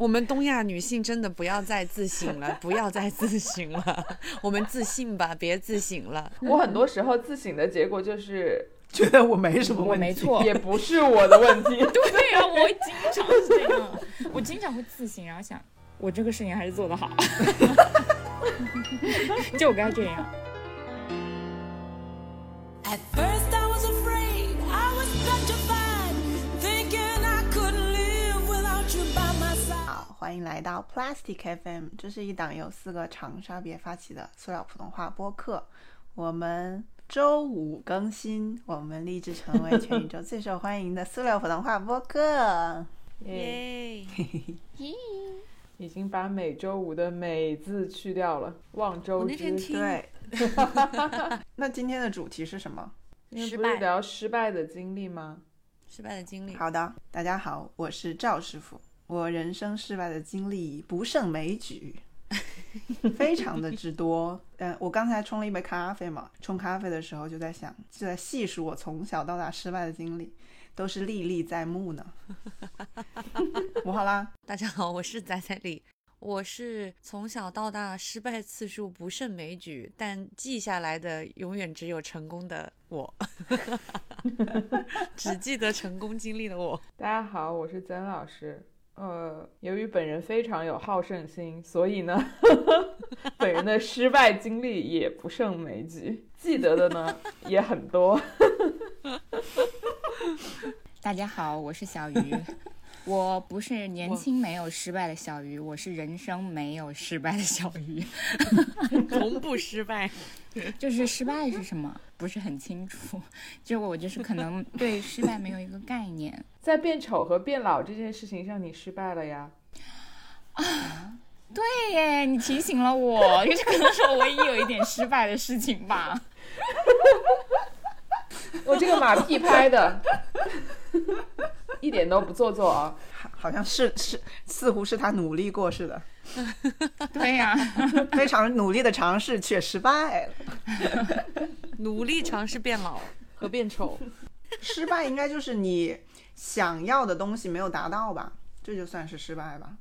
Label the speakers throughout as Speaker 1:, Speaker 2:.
Speaker 1: 我们东亚女性真的不要再自省了，不要再自省了，我们自信吧，别自省了。
Speaker 2: 我很多时候自省的结果就是，
Speaker 3: 觉得我没什么
Speaker 4: 我
Speaker 3: 问题，
Speaker 4: 没错，
Speaker 2: 也不是我的问题。
Speaker 4: 对呀、我经常是这样，我经常会自省，然后想我这个事情还是做得好， 就该这样。
Speaker 5: At first I was afraid, I was petrified, thinking I couldn't live without you by my side.
Speaker 6: 好，啊欢迎来到 Plastic FM，这是一档由四个长沙别发起的塑料普通话播客。我们周五更新，我们立志成为全宇宙最受欢迎的塑料普通话播客。
Speaker 2: 耶
Speaker 1: 耶，
Speaker 2: 已经把每周五的“每”字去掉了，望周
Speaker 1: 我那天
Speaker 2: 知。
Speaker 1: 听
Speaker 6: 对， 那今天的主题是什么？
Speaker 2: 因为
Speaker 4: 失
Speaker 2: 不是
Speaker 4: 败
Speaker 2: 聊失败的经历吗？
Speaker 1: 失败的经历，
Speaker 6: 好的，大家好，我是赵师傅，我人生失败的经历不胜枚举。 非常的之多，嗯，我刚才冲了一杯咖啡嘛，冲咖啡的时候就在想，就在细数我从小到大失败的经历，都是历历在目呢。我好啦，
Speaker 1: 大家好，我是仔仔李，我是从小到大失败次数不胜枚举，但记下来的永远只有成功的我， 只记得成功经历的我。
Speaker 2: 大家好，我是曾老师。呃，由于本人非常有好胜心，所以呢， 本人的失败经历也不胜枚举，记得的呢也很多。
Speaker 4: 大家好，我是小鱼。我不是年轻没有失败的小鱼，我是人生没有失败的小鱼。
Speaker 1: 从不失败，
Speaker 4: 就是失败是什么，不是很清楚。就我就是可能对失败没有一个概念。
Speaker 2: 在变丑和变老这件事情上，你失败了呀？
Speaker 4: 对耶，你提醒了我，因为这可能是我唯一有一点失败的事情吧。
Speaker 2: 我这个马屁拍的，一点都不做作啊！
Speaker 6: 好好像是是，似乎是他努力过似的，
Speaker 4: 对呀、
Speaker 6: 非常努力的尝试却失败了。
Speaker 1: 努力尝试变老和变丑。
Speaker 6: 失败应该就是你想要的东西没有达到吧，这就算是失败吧。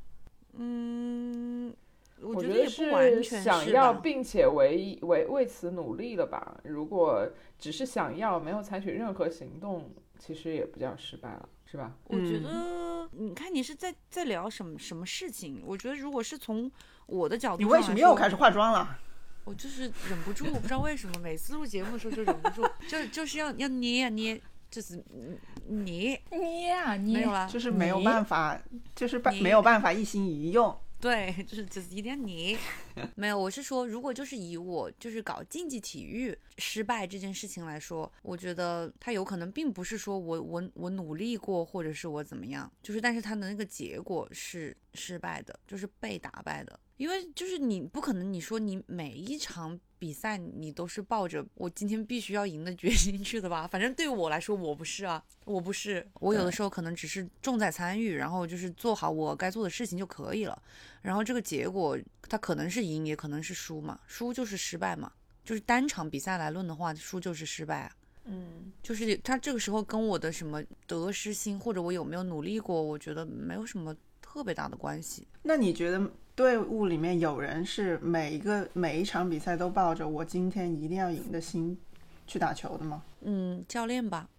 Speaker 1: 嗯，我
Speaker 2: 我
Speaker 1: 觉
Speaker 2: 觉
Speaker 1: 得也不完
Speaker 2: 是
Speaker 1: 全是
Speaker 2: 想要
Speaker 1: 吧
Speaker 2: 并且为为为此努力了吧？如果只是想要，没有采取任何行动，其实也不叫失败了，是吧？
Speaker 1: 我觉
Speaker 6: 嗯
Speaker 1: 得，你看你是在在聊什么什么事情？我觉得如果是从我的角度，
Speaker 6: 你为什么又开始？化妆了？
Speaker 1: 我就是忍不住，我不知道为什么，每次录节目的时候就忍不住， 就就是要要捏呀捏，就是嗯捏，
Speaker 4: 捏啊
Speaker 1: 没
Speaker 4: 捏
Speaker 1: 有，啦，
Speaker 6: 就是没有
Speaker 4: 你
Speaker 6: 办法，就是办
Speaker 1: 你
Speaker 6: 没有办法一心一用。
Speaker 1: 对，就是就是一点你没有，我是说，如果就是以我就是搞竞技体育失败这件事情来说，我觉得他有可能并不是说我我我努力过，或者是我怎么样，就是但是他的那个结果是失败的，就是被打败的，因为就是你不可能你说你每一场。比赛你都是抱着我今天必须要赢的决心去的吧？反正对我来说，我不是啊，我不是，我有的时候可能只是重在参与，然后就是做好我该做的事情就可以了。然后这个结果它可能是赢，也可能是输嘛，输就是失败嘛，就是单场比赛来论的话，输就是失败啊。
Speaker 2: 嗯，
Speaker 1: 就是他这个时候跟我的什么得失心，或者我有没有努力过，我觉得没有什么特别大的关系。
Speaker 6: 那你觉得队伍里面有人是每一个每一场比赛都抱着我今天一定要赢的心去打球的吗？
Speaker 1: 嗯，教练吧，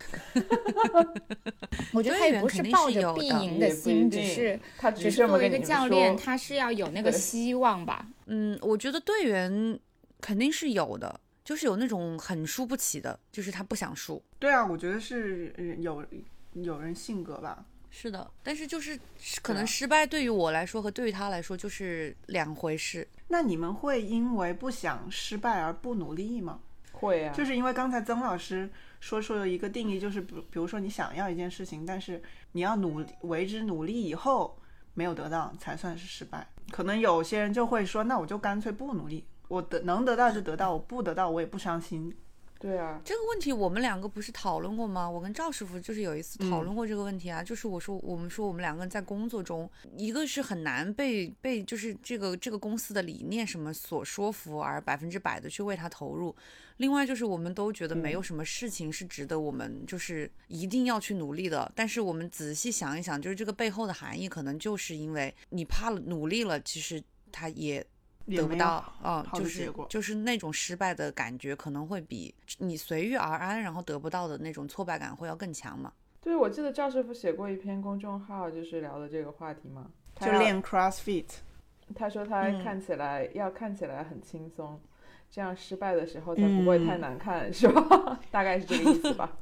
Speaker 4: 我觉得他也不是抱着必赢的
Speaker 2: 也
Speaker 4: 心，
Speaker 2: 不一定
Speaker 4: 只是
Speaker 2: 他
Speaker 4: 只
Speaker 2: 只
Speaker 4: 是
Speaker 2: 这
Speaker 4: 作
Speaker 2: 么
Speaker 4: 为
Speaker 2: 跟
Speaker 4: 一个
Speaker 2: 你们
Speaker 4: 教
Speaker 2: 说。
Speaker 4: 练，他是要有那个
Speaker 2: 对
Speaker 4: 希望吧。
Speaker 1: 嗯，我觉得队员肯定是有的，就是有那种很输不起的，就是他不想输，
Speaker 6: 对啊，我觉得是呃有有人性格吧。
Speaker 1: 是的，但是就是是可
Speaker 2: 对啊
Speaker 1: 能失败对于我来说和对于他来说就是两回事。
Speaker 6: 那你们会因为不想失败而不努力吗？
Speaker 2: 会啊，
Speaker 6: 就是因为刚才曾老师说出了一个定义，就是比比如说你想要一件事情，但是你要努力为之努力以后没有得到才算是失败。可能有些人就会说，那我就干脆不努力，我得能得到就得到，我不得到我也不伤心。
Speaker 2: 对啊，
Speaker 1: 这个问题我们两个不是讨论过吗？我跟赵师傅就是有一次讨论过这个问题啊，就是我说我们说我们两个人在工作中，一个是很难被被就是这个这个公司的理念什么所说服，而百分之百的去为他投入；另外就是我们都觉得没有什么事情是值得我们就是一定要去努力的，但是我们仔细想一想，就是这个背后的含义，可能就是因为你怕了努力了，其实他也
Speaker 6: 也
Speaker 1: 得不
Speaker 6: 没有
Speaker 1: 到
Speaker 6: 好
Speaker 1: 啊、
Speaker 6: 好
Speaker 1: 就
Speaker 6: 的
Speaker 1: 是
Speaker 6: 结果
Speaker 1: 就是那种失败的感觉，可能会比你随遇而安然后得不到的那种挫败感会要更强嘛。
Speaker 2: 对，我记得赵师傅写过一篇公众号，就是聊的这个话题嘛。他
Speaker 6: 就
Speaker 2: 要
Speaker 6: 练 CrossFit，
Speaker 2: 他说他
Speaker 1: 嗯
Speaker 2: 看起来、要看起来很轻松，这样失败的时候才不会太难看，是吧？ 大概是这个意思吧。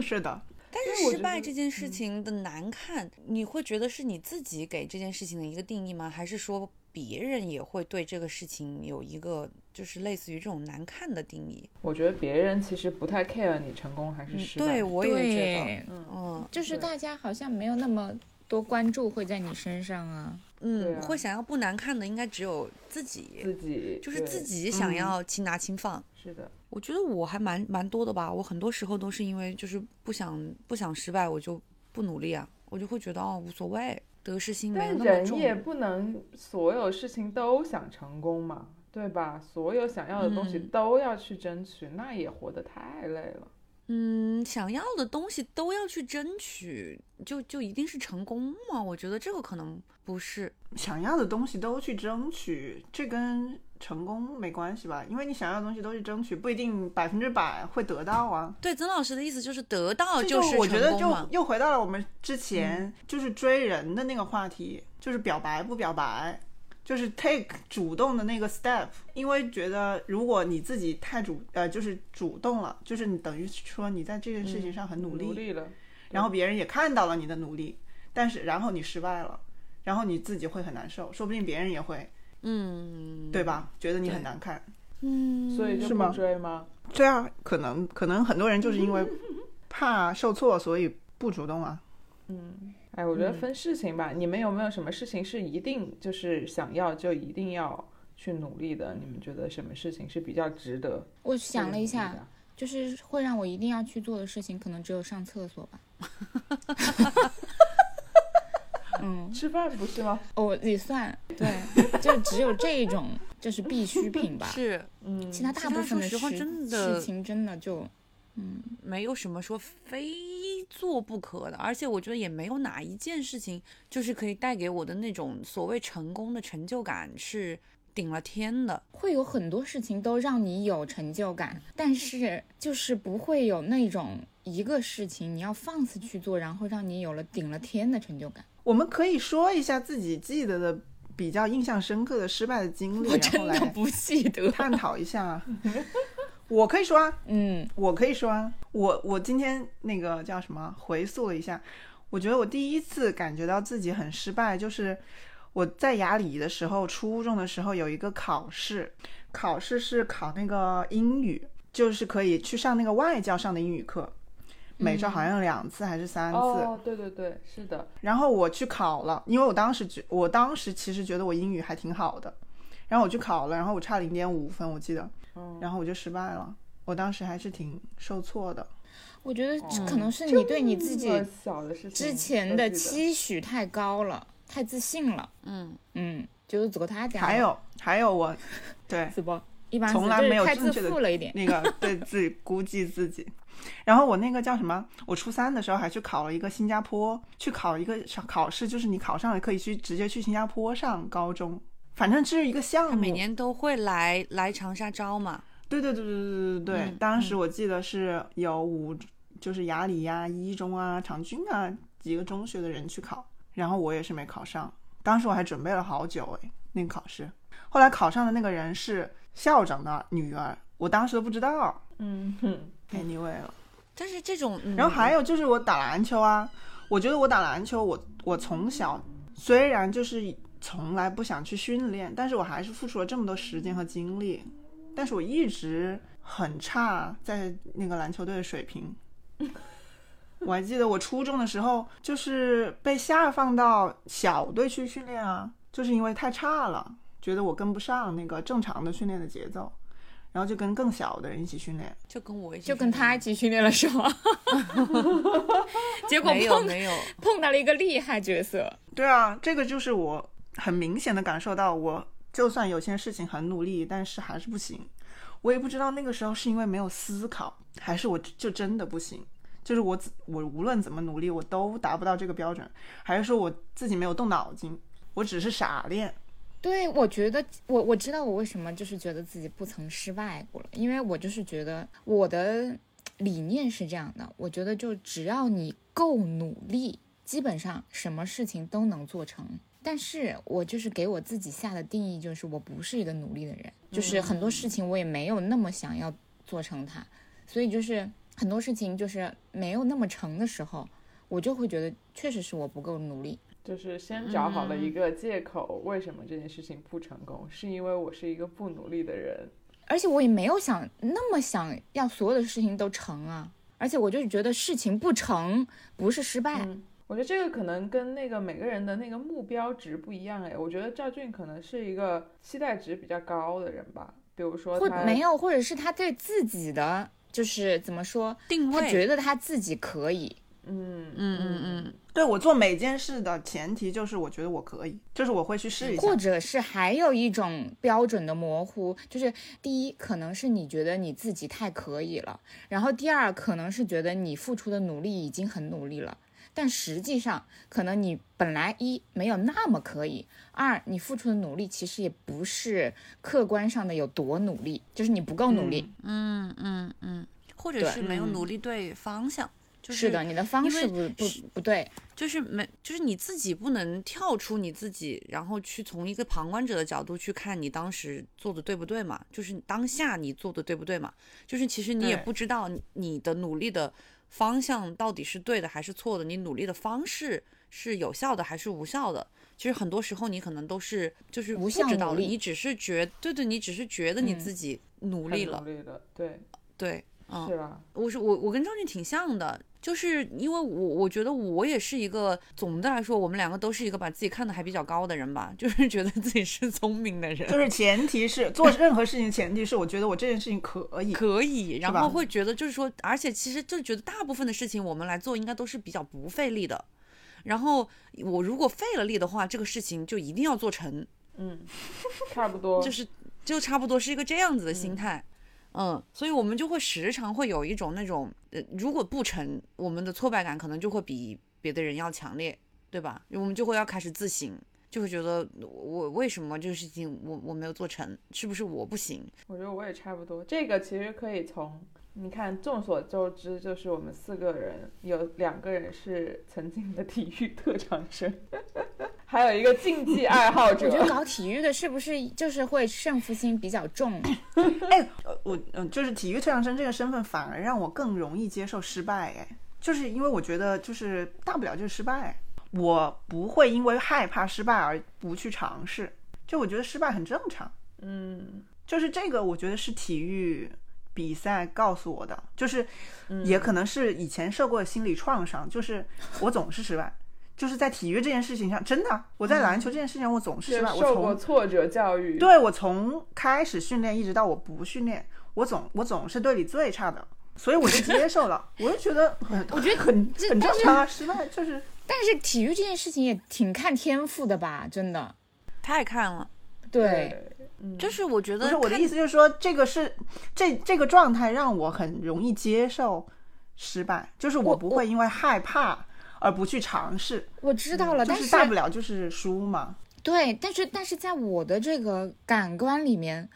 Speaker 6: 是的，
Speaker 1: 但
Speaker 2: 对我
Speaker 1: 是失
Speaker 2: 觉
Speaker 1: 败
Speaker 2: 得嗯
Speaker 1: 这件事情的难看，你会觉得是你自己给这件事情的一个定义吗？还是说别人也会对这个事情有一个就是类似于这种难看的定义？
Speaker 2: 我觉得别人其实不太 care 你成功还是
Speaker 1: 嗯，
Speaker 2: 失败。
Speaker 1: 对我也觉得，
Speaker 4: 对，
Speaker 1: 嗯
Speaker 4: 就是
Speaker 2: 对
Speaker 4: 大家好像没有那么多关注会在你身上啊。
Speaker 2: 对
Speaker 1: 嗯，
Speaker 2: 啊
Speaker 1: 会想要不难看的应该只有自己，
Speaker 2: 自己
Speaker 1: 就是
Speaker 2: 对
Speaker 1: 自己想
Speaker 6: 嗯
Speaker 1: 要轻拿轻放。
Speaker 2: 是的，
Speaker 1: 我觉得我还蛮蛮多的吧，我很多时候都是因为就是不想不想失败，我就不努力啊，我就会觉得哦无所谓，得失心没有
Speaker 2: 但
Speaker 1: 那么
Speaker 2: 人
Speaker 1: 重。
Speaker 2: 也不能所有事情都想成功嘛，对吧？所有想要的东西
Speaker 1: 嗯
Speaker 2: 都要去争取，那也活得太累了。
Speaker 1: 嗯，想要的东西都要去争取，就就一定是成功吗？我觉得这个可能不是。
Speaker 6: 想要的东西都去争取，这跟成功没关系吧？因为你想要的东西都去争取，不一定百分之百会得到啊。
Speaker 1: 对，曾老师的意思就是得到
Speaker 6: 这
Speaker 1: 哦就
Speaker 6: 就是我觉得
Speaker 1: 成功
Speaker 6: 就
Speaker 1: 嘛
Speaker 6: 又回到了我们之前就是追人的那个话题，就是表白不表白，就是 take 主动的那个 step。因为觉得如果你自己太主呃就是主动了，就是你等于说你在这件事情上很努力，
Speaker 2: 嗯努力了，
Speaker 6: 然后别人也看到了你的努力，但是然后你失败了，然后你自己会很难受，说不定别人也会，
Speaker 1: 嗯，
Speaker 6: 对？吧？觉得你
Speaker 1: 对
Speaker 6: 很难看。
Speaker 1: 嗯，
Speaker 2: 所以
Speaker 6: 是
Speaker 2: 就
Speaker 6: 吗
Speaker 2: 不追吗？
Speaker 6: 对啊，可能可能很多人就是因为怕受挫，所以不主动啊。
Speaker 2: 嗯，哎，我觉得
Speaker 1: 嗯
Speaker 2: 分事情吧。你们有没有什么事情是一定就是想要就一定要去努力的？你们觉得什么事情是比较值得？
Speaker 4: 我想了一下，，就是会让我一定要去做的事情，可能只有上厕所吧。嗯，
Speaker 2: 吃饭不是吗？
Speaker 4: 我也算对，就只有这一种就是必需品吧。
Speaker 1: 是
Speaker 2: 嗯，
Speaker 4: 其他
Speaker 1: 其他
Speaker 4: 大部分
Speaker 1: 说
Speaker 4: 的
Speaker 1: 实
Speaker 4: 事
Speaker 1: 话真的
Speaker 4: 事情真的就，嗯，
Speaker 1: 没有什么说非做不可的，而且我觉得也没有哪一件事情就是可以带给我的那种所谓成功的成就感是顶了天的。
Speaker 4: 会有很多事情都让你有成就感，但是就是不会有那种一个事情你要放肆去做，然后让你有了顶了天的成就感。
Speaker 6: 我们可以说一下自己记得的比较印象深刻的失败的经历，
Speaker 4: 我
Speaker 6: 然
Speaker 4: 真
Speaker 6: 后
Speaker 4: 的
Speaker 6: 来
Speaker 4: 不记得。
Speaker 6: 探讨一下。我可以说啊，
Speaker 4: 嗯，
Speaker 6: 我可以说啊，我我今天那个叫什么回溯了一下，我觉得我第一次感觉到自己很失败，就是我在雅礼的时候，初中的时候有一个考试，考试是考那个英语，就是可以去上那个外教上的英语课，每
Speaker 4: 嗯
Speaker 6: 周好像两次还是三次，
Speaker 2: 哦，对对对，是的，
Speaker 6: 然后我去考了，因为我当时觉，我当时其实觉得我英语还挺好的，然后我去考了，然后我差零点五分，我记得，然后我就失败了，我当时还是挺受挫的。
Speaker 4: 我觉得这可能是你对你自己
Speaker 2: 这么小的事情
Speaker 6: 嗯
Speaker 4: 之前的
Speaker 2: 都记得
Speaker 4: 期许太高了，太自信了。
Speaker 1: 嗯，
Speaker 4: 嗯，就是走他家。
Speaker 6: 还有还有我，对
Speaker 4: 怎么？一般
Speaker 6: 从来
Speaker 4: 就是
Speaker 6: 没有
Speaker 4: 太
Speaker 6: 正
Speaker 4: 自
Speaker 6: 确地
Speaker 4: 负了一点。
Speaker 6: 那个对自己估计自己，然后我那个叫什么？我初三的时候还去考了一个新加坡，去考一个考试，就是你考上了可以去直接去新加坡上高中，反正这是一个项
Speaker 1: 他
Speaker 6: 目。
Speaker 1: 每年都会来来长沙招嘛。
Speaker 6: 对对对对对对对对，
Speaker 1: 嗯
Speaker 6: 当时我记得是有五，就是雅礼呀、一中啊、长郡啊几个中学的人去考，然后我也是没考上。当时我还准备了好久哎，那个考试。后来考上的那个人是校长的女儿，我当时都不知道。
Speaker 2: 嗯哼，
Speaker 6: Anyway 了，
Speaker 1: 但是这种，嗯
Speaker 6: 然后还有就是我打篮球啊，我觉得我打篮球，我我从小虽然就是从来不想去训练，但是我还是付出了这么多时间和精力，但是我一直很差在那个篮球队的水平。我还记得我初中的时候，就是被下放到小队去训练啊，就是因为太差了，觉得我跟不上那个正常的训练的节奏，然后就跟更小的人一起训练。
Speaker 1: 就跟我一起，
Speaker 4: 就跟他一， 起训练了是啊吗？结果
Speaker 1: 没有
Speaker 4: 碰
Speaker 1: 没有，
Speaker 4: 碰到了一个厉害角色，
Speaker 6: 对啊，这个就是我很明显的感受到，我就算有些事情很努力，但是还是不行。我也不知道那个时候是因为没有思考，还是我就真的不行。就是我自我无论怎么努力，我都达不到这个标准，还是说我自己没有动脑筋，我只是傻练。
Speaker 4: 对，我觉得我我知道我为什么就是觉得自己不曾失败过了，因为我就是觉得我的理念是这样的，我觉得就只要你够努力，基本上什么事情都能做成。但是我就是给我自己下的定义就是我不是一个努力的人，就是很多事情我也没有那么想要做成它，所以就是很多事情就是没有那么成的时候，我就会觉得确实是我不够努力，
Speaker 2: 就是先找好了
Speaker 4: 嗯
Speaker 2: 一个借口，为什么这件事情不成功？是因为我是一个不努力的人。
Speaker 4: 而且我也没有想那么想要所有的事情都成啊，而且我就是觉得事情不成不是失败，
Speaker 2: 嗯，我觉得这个可能跟那个每个人的那个目标值不一样哎。我觉得赵俊可能是一个期待值比较高的人吧，比如说
Speaker 4: 或
Speaker 2: 他
Speaker 4: 没有，或者是他对自己的就是怎么说，
Speaker 1: 定
Speaker 4: 他觉
Speaker 1: 位，
Speaker 4: 得他自己可以，
Speaker 2: 嗯
Speaker 1: 嗯嗯嗯，
Speaker 6: 对我做每件事的前提就是我觉得我可以，就是我会去试一下
Speaker 4: 或。者是还有一种标准的模糊，就是第一可能是你觉得你自己太可以了，然后第二可能是觉得你付出的努力已经很努力了。但实际上，可能你本来一没有那么可以，二你付出的努力其实也不是客观上的有多努力，就是你不够努力。
Speaker 1: 嗯嗯嗯，或者
Speaker 4: 对
Speaker 1: 是没有
Speaker 6: 嗯
Speaker 1: 努力对方向，就是
Speaker 4: 的，你的方
Speaker 1: 因为
Speaker 4: 式不不不对，
Speaker 1: 就是没，就是你自己不能跳出你自己，然后去从一个旁观者的角度去看你当时做的对不对嘛，就是当下你做的对不对嘛，就是其实你也
Speaker 6: 对
Speaker 1: 不知道你你的努力的方向到底是对的还是错的，你努力的方式是有效的还是无效的。其实很多时候你可能都是就是
Speaker 4: 无
Speaker 1: 不
Speaker 4: 效
Speaker 1: 知道
Speaker 4: 努
Speaker 1: 的，
Speaker 4: 力
Speaker 1: 你只是觉对对，你只是觉得你
Speaker 4: 嗯
Speaker 1: 自己努
Speaker 2: 很
Speaker 1: 力了，
Speaker 2: 努力了，对，
Speaker 1: 对，嗯，
Speaker 2: 是吧？
Speaker 1: 我是我我跟赵俊挺像的，就是因为我我觉得我也是一个总的来说，我们两个都是一个把自己看得还比较高的人吧， 就是觉得自己是聪明的人
Speaker 6: 就，是前提是做任何事情，前提是我觉得我这件事情可以。
Speaker 1: 可以，然
Speaker 6: 吧
Speaker 1: 后会觉得就是说，而且其实就觉得大部分的事情我们来做应该都是比较不费力的，然后我如果费了力的话，这个事情就一定要做成，
Speaker 2: 嗯，差不多
Speaker 1: 就是就差不多是一个这样子的心态。嗯所以我们就会时常会有一种那种，呃，如果不成，我们的挫败感可能就会比别的人要强烈，对吧？我们就会要开始自省，就会觉得我我为什么这个事情我我没有做成，是不是我不行？
Speaker 2: 我觉得我也差不多。这个其实可以从你看，众所周知，就是我们四个人有两个人是曾经的体育特长生， 还有一个竞技爱好
Speaker 4: 我觉
Speaker 2: 者
Speaker 4: 得。搞体育的是不是就是会胜负心比较重？
Speaker 6: 哎，呃我嗯，就是体育特长生这个身份，反而让我更容易接受失败。哎，就是因为我觉得，就是大不了就是失败，我不会因为害怕失败而不去尝试。就我觉得失败很正常，
Speaker 2: 嗯，
Speaker 6: 就是这个，我觉得是体育比赛告诉我的，就是
Speaker 2: 嗯
Speaker 6: 也可能是以前受过的心理创伤，就是我总是失败。就是在体育这件事情上，真的，我在篮球这件事情上，我总是
Speaker 2: 就
Speaker 6: 失败。我
Speaker 2: 嗯受
Speaker 6: 从
Speaker 2: 过挫折教育。
Speaker 6: 对我从开始训练一直到我不训练，我总我总是队里最差的，所以我就接受了。我就觉得很，我觉得很
Speaker 4: 这
Speaker 6: 很正常啊，失败就是
Speaker 4: 但是体育这件事情也挺看天赋的吧，真的。
Speaker 1: 太看了，
Speaker 4: 对，
Speaker 2: 嗯，
Speaker 1: 就是我觉
Speaker 6: 不
Speaker 1: 得
Speaker 6: 是我的
Speaker 1: 看
Speaker 6: 意思，就是说这个是这这个状态让我很容易接受失败，就是我
Speaker 4: 我
Speaker 6: 不会因为害怕而不去尝试，
Speaker 4: 我知道了，
Speaker 6: 就
Speaker 4: 但
Speaker 6: 是大不了就是输嘛。
Speaker 4: 对，但是但是在我的这个感官里面，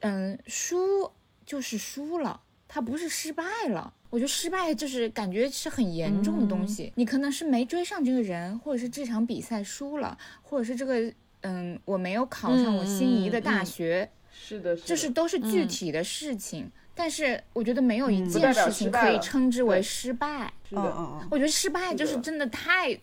Speaker 4: 嗯，输就是输了，它不是失败了。我觉得失败就是感觉是很严重的东西，你可能是没追上这个人，或者是这场比赛输了，或者是这个嗯我没有考上我心仪的
Speaker 1: 嗯嗯
Speaker 4: 大
Speaker 1: 嗯
Speaker 4: 学，
Speaker 2: 是的，
Speaker 4: 就是是
Speaker 2: 的
Speaker 4: 都是具
Speaker 1: 嗯
Speaker 4: 体的事情。但是我觉得没有
Speaker 6: 嗯
Speaker 4: 一
Speaker 6: 不
Speaker 4: 件
Speaker 2: 代表
Speaker 4: 事
Speaker 2: 失
Speaker 4: 情
Speaker 2: 败
Speaker 4: 可以
Speaker 2: 了
Speaker 4: 称之为
Speaker 2: 对
Speaker 4: 失败。
Speaker 2: 是
Speaker 6: 嗯
Speaker 2: 的，
Speaker 6: 嗯嗯，
Speaker 4: 我觉得失败
Speaker 2: 是
Speaker 4: 就是
Speaker 2: 的
Speaker 4: 真的太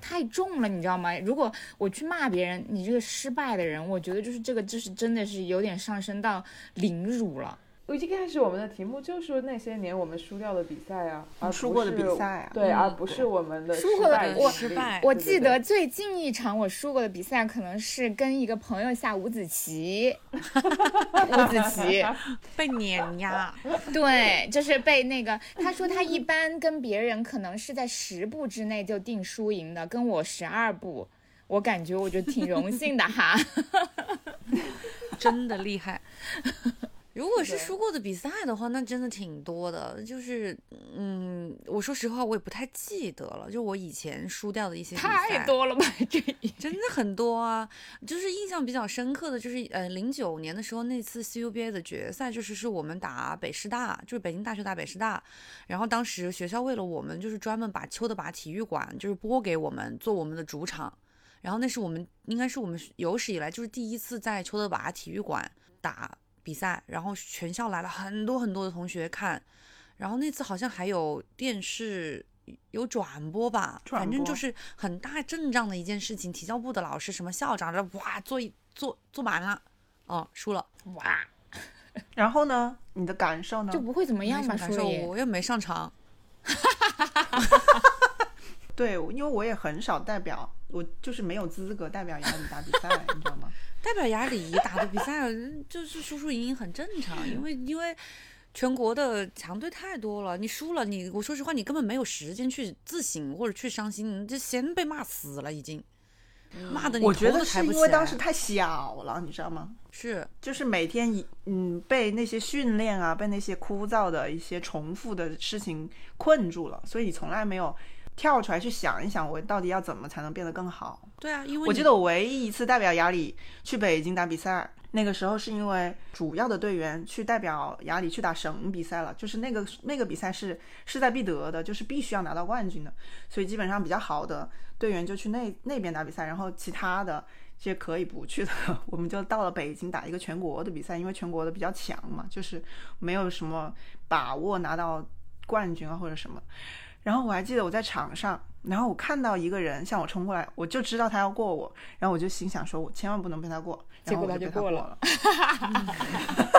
Speaker 4: 太重了，你知道吗？如果我去骂别人，你这个失败的人，我觉得就是这个，就是真的是有点上升到凌辱了。
Speaker 2: 我一开始我们的题目就是那些年我们输掉的比赛啊，而
Speaker 6: 输
Speaker 2: 不
Speaker 6: 过的比
Speaker 2: 是
Speaker 6: 赛啊
Speaker 2: 对，
Speaker 1: 嗯
Speaker 2: 而不是我们的
Speaker 4: 输过的
Speaker 2: 败
Speaker 4: 我
Speaker 2: 经历
Speaker 1: 失败
Speaker 4: 我
Speaker 2: 哎对对
Speaker 4: 记
Speaker 2: 对
Speaker 4: 得最近一场我输过的比赛，可能是跟一个朋友下五 子棋，五子棋，
Speaker 1: 被碾压，
Speaker 4: 对，就是被那个他说他一般跟别人可能是在十步之内就定输赢的，跟我十二步，我感觉我就挺荣幸 的哈。
Speaker 1: 真的厉害。 如果是
Speaker 2: 对
Speaker 1: 输过的比赛的话，那真的挺多的。就是，嗯，我说实话，我也不太记得了。就我以前输掉的一些比赛
Speaker 4: 太多了吧，这一
Speaker 1: 真的很多啊，就是印象比较深刻的就是，呃，零九年的时候那次 CUBA 的决赛，就是是我们打北师大，就是北京大学打北师大，然后当时学校为了我们，就是专门把邱德拔体育馆就是拨给我们做我们的主场，然后那是我们应该是我们有史以来就是第一次在邱德拔体育馆打比赛，然后全校来了很多很多的同学看，然后那次好像还有电视有转播吧，
Speaker 6: 转
Speaker 1: 反正就
Speaker 6: 播
Speaker 1: 是很大阵仗的一件事情。体教部的老师什么校长这哇坐一坐坐满了，哦输了
Speaker 4: 哇，
Speaker 6: 然后呢，你的感受呢
Speaker 4: 就？不会嗯怎么
Speaker 1: 没
Speaker 4: 样
Speaker 1: 什
Speaker 4: 吧，
Speaker 1: 么感
Speaker 4: 说
Speaker 1: 受，
Speaker 4: 的也
Speaker 1: 我又没上场，
Speaker 6: 对，因为我也很少代表，我就是没有资格代表雅典打比赛，你知道吗？
Speaker 1: 代表雅礼打的比赛嗯就是输输赢赢很正常，因为因为。全国的强队太多了，你输了，你我说实话，你根本没有时间去自省或者去伤心，你就先被骂死了，已经骂的你
Speaker 6: 我觉
Speaker 1: 头
Speaker 6: 得
Speaker 1: 都抬
Speaker 6: 是
Speaker 1: 不
Speaker 6: 因
Speaker 1: 起
Speaker 6: 为
Speaker 1: 来
Speaker 6: 当时太小了，你知道吗？
Speaker 1: 是
Speaker 6: 就是每天一嗯被那些训练啊，被那些枯燥的一些重复的事情困住了，所以你从来没有跳出来去想一想，我到底要怎么才能变得更好。
Speaker 1: 对啊，因为
Speaker 6: 我
Speaker 1: 你
Speaker 6: 记得我唯一一次代表雅里去北京打比赛，那个时候是因为主要的队员去代表雅里去打省比赛了，就是那个那个比赛是势在必得的，就是必须要拿到冠军的，所以基本上比较好的队员就去那那边打比赛，然后其他的。这些可以不去的， 我们就到了北京打一个全国的比赛，因为全国的比较强嘛，就是没有什么把握拿到冠军啊或者什么。然后我还记得我在场上，然后我看到一个人向我冲过来，我就知道他要过我，然后我就心想说，我千万不能被他过，
Speaker 4: 结
Speaker 6: 然
Speaker 4: 果
Speaker 6: 后我
Speaker 4: 他
Speaker 6: 被
Speaker 4: 就
Speaker 6: 他
Speaker 4: 过了
Speaker 6: 了。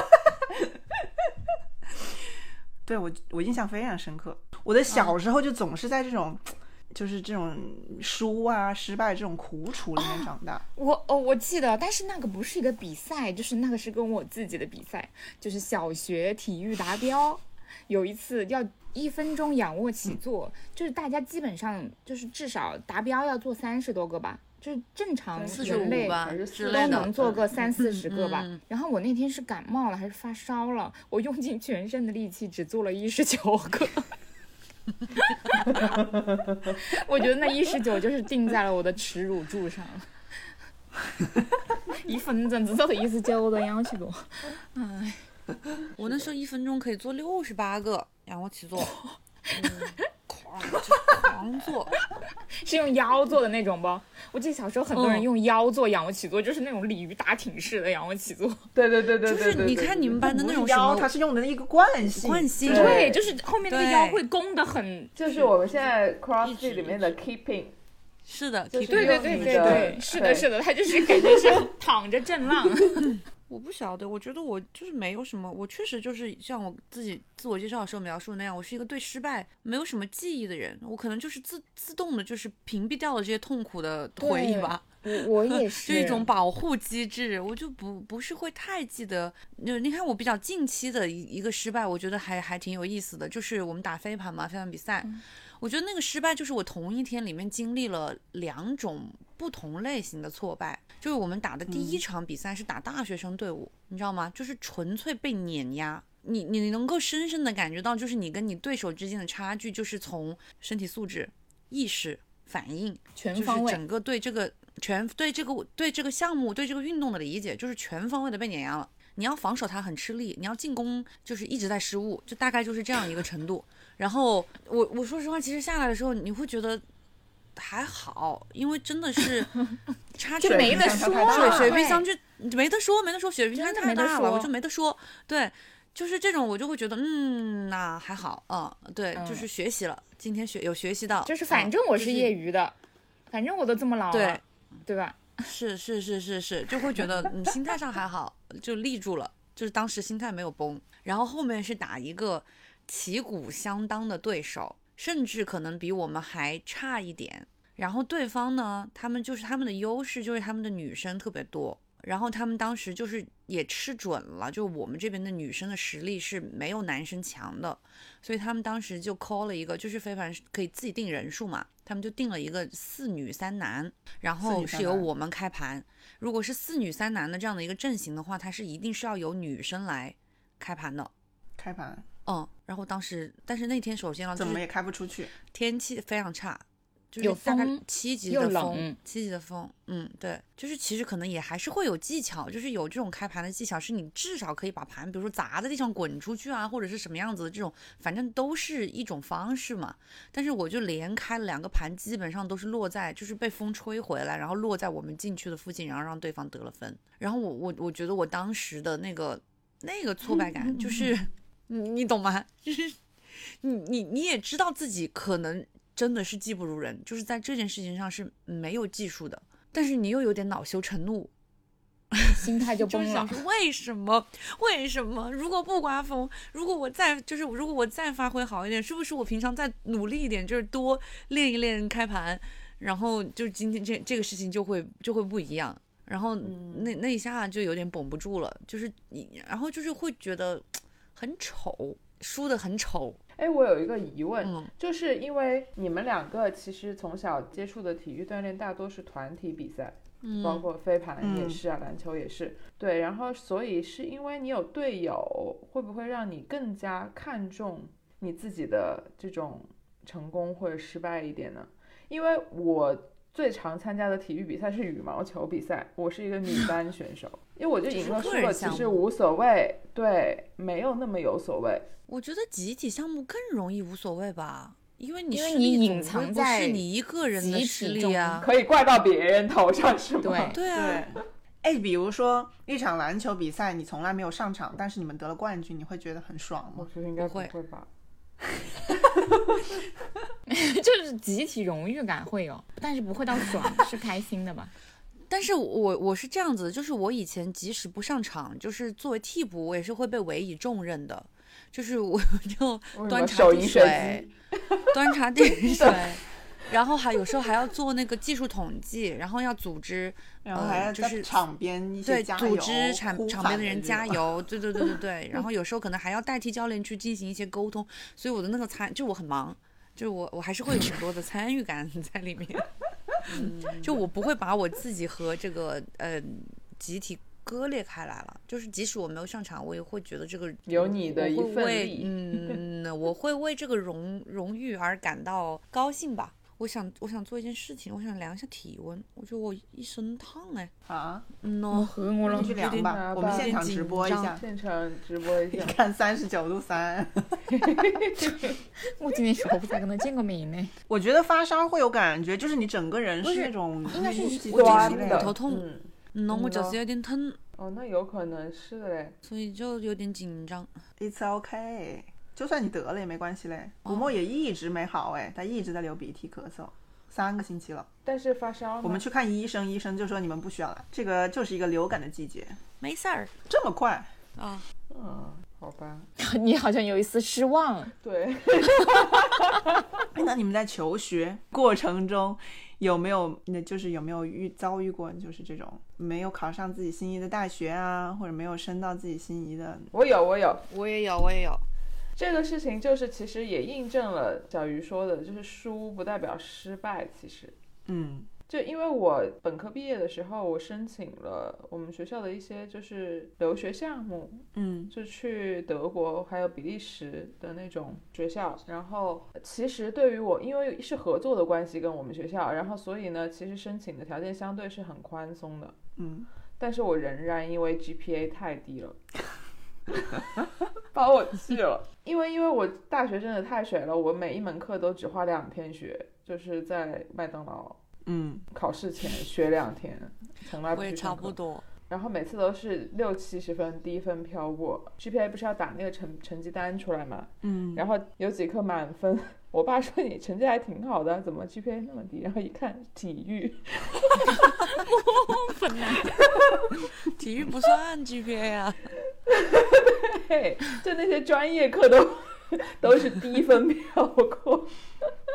Speaker 6: 对我，我印象非常深刻。我的
Speaker 4: 嗯
Speaker 6: 小时候就总是在这种，就是这种输啊、失败这种苦楚里面长大。
Speaker 4: 我哦，我记得，但是那个不是一个比赛，就是那个是跟我自己的比赛，就是小学体育达标，有一次要一分钟仰卧起坐，就是大家基本上就是至少达标要做三十多个吧，就是正常
Speaker 2: 45
Speaker 4: 人类
Speaker 1: 45吧
Speaker 2: 还是
Speaker 1: 之
Speaker 2: 四
Speaker 4: 都
Speaker 1: 类的
Speaker 4: 能做个三四十个吧
Speaker 1: 嗯。
Speaker 4: 然后我那天是感冒了还是发烧了，我用尽全身的力气只做了一十九个。 我觉得那一十九就是定在了我的耻辱柱上。 一分钟只做了一十九个仰卧起坐，
Speaker 1: 我那时候一分钟可以做六十八个仰卧起坐， 嗯、狂就狂 做，
Speaker 4: 是用腰做的那种不？我记得小时候很多人
Speaker 1: 嗯
Speaker 4: 用腰做仰卧起坐，就是那种鲤鱼打挺式的仰卧起坐。
Speaker 2: 对对对对
Speaker 1: 就
Speaker 2: 对对
Speaker 1: 是
Speaker 2: 对，
Speaker 1: 你
Speaker 2: 对
Speaker 1: 看你们
Speaker 2: 对
Speaker 1: 班的那
Speaker 6: 不
Speaker 1: 种
Speaker 6: 是
Speaker 1: 什
Speaker 6: 腰，
Speaker 1: 么
Speaker 6: 它是用的一个惯性，
Speaker 1: 惯性，
Speaker 2: 对
Speaker 4: 对，就是后面那个
Speaker 1: 对
Speaker 4: 腰会弓的很，
Speaker 2: 就是我们现在 CrossFit
Speaker 1: 直
Speaker 2: 里面的 Keeping，
Speaker 1: 是的，
Speaker 2: 就是
Speaker 1: keep
Speaker 4: 对对对
Speaker 2: 你
Speaker 4: 对
Speaker 2: 的
Speaker 4: 对，是的，
Speaker 2: 对
Speaker 4: 是的，他就是感觉是躺着震浪。
Speaker 1: 我不晓得，我觉得我就是没有什么，我确实就是像我自己自我介绍的时候描述的那样，我是一个对失败没有什么记忆的人，我可能就是自自动的，就是屏蔽掉了这些痛苦的回忆吧，
Speaker 4: 我我 也
Speaker 1: 就一种保护机制，我就不不是会太记得。就你看我比较近期的一一个失败，我觉得还还挺有意思的，就是我们打飞盘嘛，飞盘比赛，
Speaker 4: 嗯
Speaker 1: 我觉得那个失败就是我同一天里面经历了两种不同类型的挫败。就是我们打的第一
Speaker 4: 嗯
Speaker 1: 场比赛是打大学生队伍，你知道吗？就是纯粹被碾压。你你能够深深的感觉到，就是你跟你对手之间的差距，就是从身体素质、意识、反应，
Speaker 4: 全
Speaker 1: 就
Speaker 4: 方
Speaker 1: 是
Speaker 4: 位。
Speaker 1: 整个对这个全对这个对这个项目对这个运动的理解，就是全方位的被碾压了。你要防守他很吃力，你要进攻就是一直在失误，就大概就是这样一个程度。然后我我说实话，其实下来的时候你会觉得还好，因为真的 是差距
Speaker 4: 就没得
Speaker 6: 水平相
Speaker 4: 说
Speaker 6: 差太大
Speaker 1: 水
Speaker 6: 了
Speaker 1: 水平相距没得说，没得说，水平
Speaker 4: 真
Speaker 1: 相
Speaker 4: 的
Speaker 1: 差太
Speaker 4: 没得
Speaker 1: 大了，我
Speaker 4: 说
Speaker 1: 就没得说。对，就是这种我就会觉得，嗯，那还好，嗯，对，
Speaker 4: 嗯
Speaker 1: 就是学习了，今天学有学习到，
Speaker 4: 就是
Speaker 1: 嗯
Speaker 4: 反正我
Speaker 1: 就是
Speaker 4: 业余的，反正我都这么老
Speaker 1: 对
Speaker 4: 了，对吧？
Speaker 1: 是是是是是，就会觉得嗯，心态上还好，就立住了。就是当时心态没有崩。然后后面是打一个旗鼓相当的对手，甚至可能比我们还差一点。然后对方呢，他们就是他们的优势就是他们的女生特别多，然后他们当时就是也吃准了，就我们这边的女生的实力是没有男生强的，所以他们当时就 call 了一个，就是非凡是可以自己定人数嘛，他们就定了一个四女三男，然
Speaker 6: 四
Speaker 1: 后
Speaker 6: 女三
Speaker 1: 是由
Speaker 6: 男
Speaker 1: 我们开盘。如果是四女三男的这样的一个阵型的话，它是一定是要由女生来开盘的。
Speaker 6: 开盘
Speaker 1: 嗯，然后当时，但是那天首先啊，就
Speaker 6: 怎么
Speaker 1: 是
Speaker 6: 也开不出去，
Speaker 1: 天气非常差，就是
Speaker 4: 有
Speaker 1: 大概
Speaker 4: 风
Speaker 1: 七级
Speaker 4: 又
Speaker 1: 的风
Speaker 4: 冷，
Speaker 1: 七级的风，嗯，对，就是其实可能也还是会有技巧，就是有这种开盘的技巧，是你至少可以把盘，比如说砸在地上滚出去啊，或者是什么样子的这种，反正都是一种方式嘛。但是我就连开了两个盘，基本上都是落在，就是被风吹回来，然后落在我们禁区的附近，然后让对方得了分。然后我我我觉得我当时的那个那个挫败感，就是 你你懂吗？就是 你你你也知道自己可能真的是技不如人，就是在这件事情上是没有技术的，但是你又有点恼羞成怒，
Speaker 4: 心态 就
Speaker 1: 就
Speaker 4: 崩
Speaker 1: 是想
Speaker 4: 了。
Speaker 1: 说为什么？为什么？如果不刮风，如果我再就是如果我再发挥好一点，是不是我平常再努力一点，就是多练一练开盘，然后就今天这这个事情就会就会不一样。然后
Speaker 4: 嗯
Speaker 1: 那那一下就有点绷不住了，就是你，然后就是会觉得很丑，输的很丑。
Speaker 2: 哎，我有一个疑问，
Speaker 1: 嗯
Speaker 2: 就是因为你们两个其实从小接触的体育锻炼大多是团体比赛，
Speaker 1: 嗯
Speaker 2: 包括飞盘也
Speaker 6: 嗯
Speaker 2: 是啊，篮球也是。对，然后所以是因为你有队友，会不会让你更加看重你自己的这种成功或者失败一点呢？因为我最常参加的体育比赛是羽毛球比赛，我是一个女单选手，因为我就
Speaker 1: 只
Speaker 2: 赢
Speaker 1: 是
Speaker 2: 了
Speaker 1: 个
Speaker 2: 输
Speaker 1: 人
Speaker 2: 了其
Speaker 1: 项
Speaker 2: 实
Speaker 1: 目
Speaker 2: 无所谓，对，没有那么有所谓。
Speaker 1: 我觉得集体项目更容易无所谓吧，因为你
Speaker 4: 因为
Speaker 1: 实
Speaker 4: 你
Speaker 1: 力
Speaker 4: 隐
Speaker 1: 总归
Speaker 4: 藏
Speaker 1: 不
Speaker 4: 在
Speaker 1: 是你一个人的
Speaker 4: 集
Speaker 1: 实
Speaker 4: 体
Speaker 1: 力
Speaker 4: 中
Speaker 1: 啊。
Speaker 2: 可以怪到别人头上是吗？
Speaker 4: 对
Speaker 1: 对啊，
Speaker 6: 对。哎，比如说一场篮球比赛，你从来没有上场，但是你们得了冠军，你会觉得很爽
Speaker 2: 我
Speaker 6: 吗？
Speaker 2: 觉得应该
Speaker 1: 不会
Speaker 2: 会吧。
Speaker 4: 就是集体荣誉感会有，但是不会到爽，是开心的吧？
Speaker 1: 但是我我是这样子的，就是我以前即使不上场，就是作为替补，我也是会被委以重任的。就是我 就
Speaker 2: 为什
Speaker 1: 端
Speaker 2: 么
Speaker 1: 茶
Speaker 2: 手
Speaker 1: 递
Speaker 2: 淫
Speaker 1: 水
Speaker 2: 水机？
Speaker 1: 端茶递水，然后还有时候还要做那个技术统计，然后要组织
Speaker 6: 然后还要
Speaker 1: 嗯就
Speaker 6: 在
Speaker 1: 是
Speaker 6: 场边一
Speaker 1: 对
Speaker 6: 些加油，
Speaker 1: 组织场
Speaker 6: 呼
Speaker 1: 场边
Speaker 6: 喊
Speaker 1: 的
Speaker 6: 的
Speaker 1: 人
Speaker 6: 这
Speaker 1: 加
Speaker 6: 种。
Speaker 1: 油，对对对对 对。然后有时候可能还要代替教练去进行一些沟通，所以我的那个参就我很忙，就是我我还是会有很多的参与感在 里面。
Speaker 6: 嗯
Speaker 1: 就我不会把我自己和这个呃集体割裂开来了，就是即使我没有上场，我也会觉得这个
Speaker 2: 有你的一
Speaker 1: 我会
Speaker 2: 份
Speaker 1: 为
Speaker 2: 力
Speaker 1: 嗯， 我会为这个荣荣誉而感到高兴吧。我想，我想做一件事情，我想量一下体温。我觉得我一身烫哎，
Speaker 6: 啊，
Speaker 1: 嗯
Speaker 4: 我
Speaker 1: 哦，
Speaker 4: 喝我
Speaker 6: 你
Speaker 4: 了
Speaker 6: 去，量
Speaker 2: 定
Speaker 6: 吧
Speaker 2: 啊，
Speaker 6: 我们
Speaker 2: 吧
Speaker 6: 现场直播一
Speaker 1: 紧
Speaker 6: 下
Speaker 1: 张，
Speaker 2: 现场直播一
Speaker 6: 你
Speaker 2: 下，
Speaker 6: 看三十九度三。
Speaker 4: 我今天时候不才跟他见过面呢。
Speaker 6: 我觉得发烧会有感觉，就是你整个人是那种
Speaker 4: 应该是
Speaker 6: 淤积
Speaker 1: 我觉得
Speaker 6: 端
Speaker 1: 是
Speaker 2: 端
Speaker 1: 骨
Speaker 2: 的。
Speaker 1: 头痛
Speaker 2: 嗯
Speaker 1: 那我
Speaker 2: 嗯
Speaker 1: 脚
Speaker 2: 咯
Speaker 1: 是有点疼，
Speaker 2: 哦，那有可能是的嘞。
Speaker 1: 所以就有点紧张。
Speaker 6: It's OK，就算你得了也没关系嘞。古
Speaker 1: 哦
Speaker 6: 墨也一直没好哎，他一直在流鼻涕、咳嗽，三个星期了。
Speaker 2: 但是发烧吗，
Speaker 6: 我们去看医生，医生就说你们不需要了，这个就是一个流感的季节，
Speaker 1: 没事儿
Speaker 6: 这么快。
Speaker 1: 啊，
Speaker 2: 嗯，好吧，
Speaker 4: 你好像有一丝失望，
Speaker 2: 对，
Speaker 6: 哎，那你们在求学过程中有没有，那就是有没有遇遭遇过，就是这种没有考上自己心仪的大学啊，或者没有升到自己心仪的？
Speaker 2: 我有，我有。
Speaker 1: 我也有，我也有。
Speaker 2: 这个事情就是其实也印证了小鱼说的，就是输不代表失败，其实。
Speaker 6: 嗯，
Speaker 2: 就因为我本科毕业的时候，我申请了我们学校的一些就是留学项目，
Speaker 6: 嗯，
Speaker 2: 就去德国还有比利时的那种学校。然后其实对于我，因为是合作的关系跟我们学校，然后所以呢，其实申请的条件相对是很宽松的。
Speaker 6: 嗯，
Speaker 2: 但是我仍然因为 GPA 太低了， 把我气了。因为因为我大学真的太水了，我每一门课都只花两天学，就是在麦当劳。
Speaker 6: 嗯，
Speaker 2: 考试前学两天，从来不
Speaker 1: 我也
Speaker 2: 去
Speaker 1: 差
Speaker 2: 上课
Speaker 1: 不多。
Speaker 2: 然后每次都是六七十分，低分飘过。GPA 不是要打那个成成绩单出来嘛？
Speaker 6: 嗯，
Speaker 2: 然后有几科满分， 我爸说你成绩还挺好的，怎么 GPA 那么低？然后一看体育，
Speaker 1: 体育不算 GPA 啊，
Speaker 2: 对，就那些专业课都 都是低分飘过。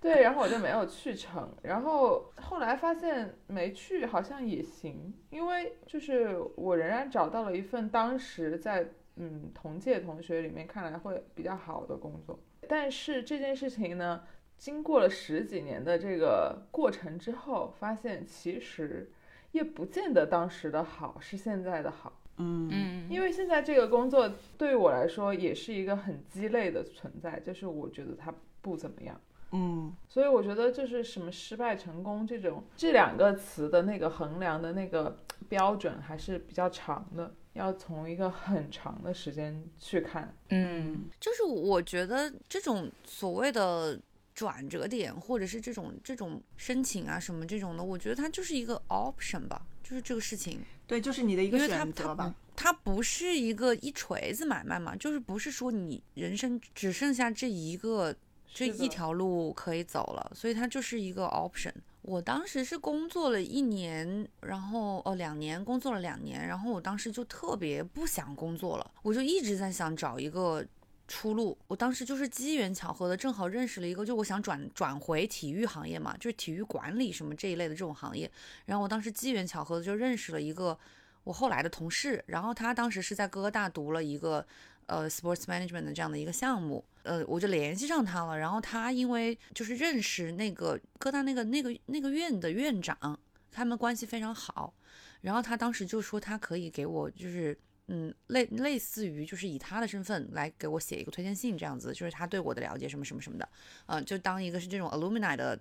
Speaker 2: 对，然后我就没有去成，然后后来发现没去好像也行，因为就是我仍然找到了一份当时在嗯同届同学里面看来会比较好的工作，但是这件事情呢，经过了十几年的这个过程之后，发现其实也不见得当时的好是现在的好。
Speaker 6: 嗯
Speaker 4: 嗯，
Speaker 2: 因为现在这个工作对于我来说也是一个很鸡肋的存在，就是我觉得它不怎么样，
Speaker 6: 嗯
Speaker 2: 所以我觉得就是什么失败、成功这种这两个词的那个衡量的那个标准还是比较长的，要从一个很长的时间去看。
Speaker 4: 嗯
Speaker 1: 就是我觉得这种所谓的转折点，或者是这种这种申请啊什么这种的，我觉得它就是一个 option 吧，就是这个事情，
Speaker 6: 对，就是你的一个
Speaker 1: 因为它嗯
Speaker 6: 选择吧。
Speaker 1: 它不是一个一锤子买卖嘛，就是不是说你人生只剩下这一个这
Speaker 2: 是的
Speaker 1: 一条路可以走了，所以它就是一个 option。我当时是工作了一年，然后哦两年，工作了两年，然后我当时就特别不想工作了，我就一直在想找一个出路。我当时就是机缘巧合的，正好认识了一个，就我想转转回体育行业嘛，就是体育管理什么这一类的这种行业。然后我当时机缘巧合的就认识了一个我后来的同事，然后他当时是在哥哥大读了一个呃 sports management 的这样的一个项目，呃，我就联系上他了。然后他因为就是认识那个哥大那个那个那个院的院长，他们关系非常好。然后他当时就说他可以给我就是。嗯，类类似于就是以他的身份来给我写一个推荐信，这样子，就是他对我的了解什么什么什么的，呃，就当一个是这种 alumni 的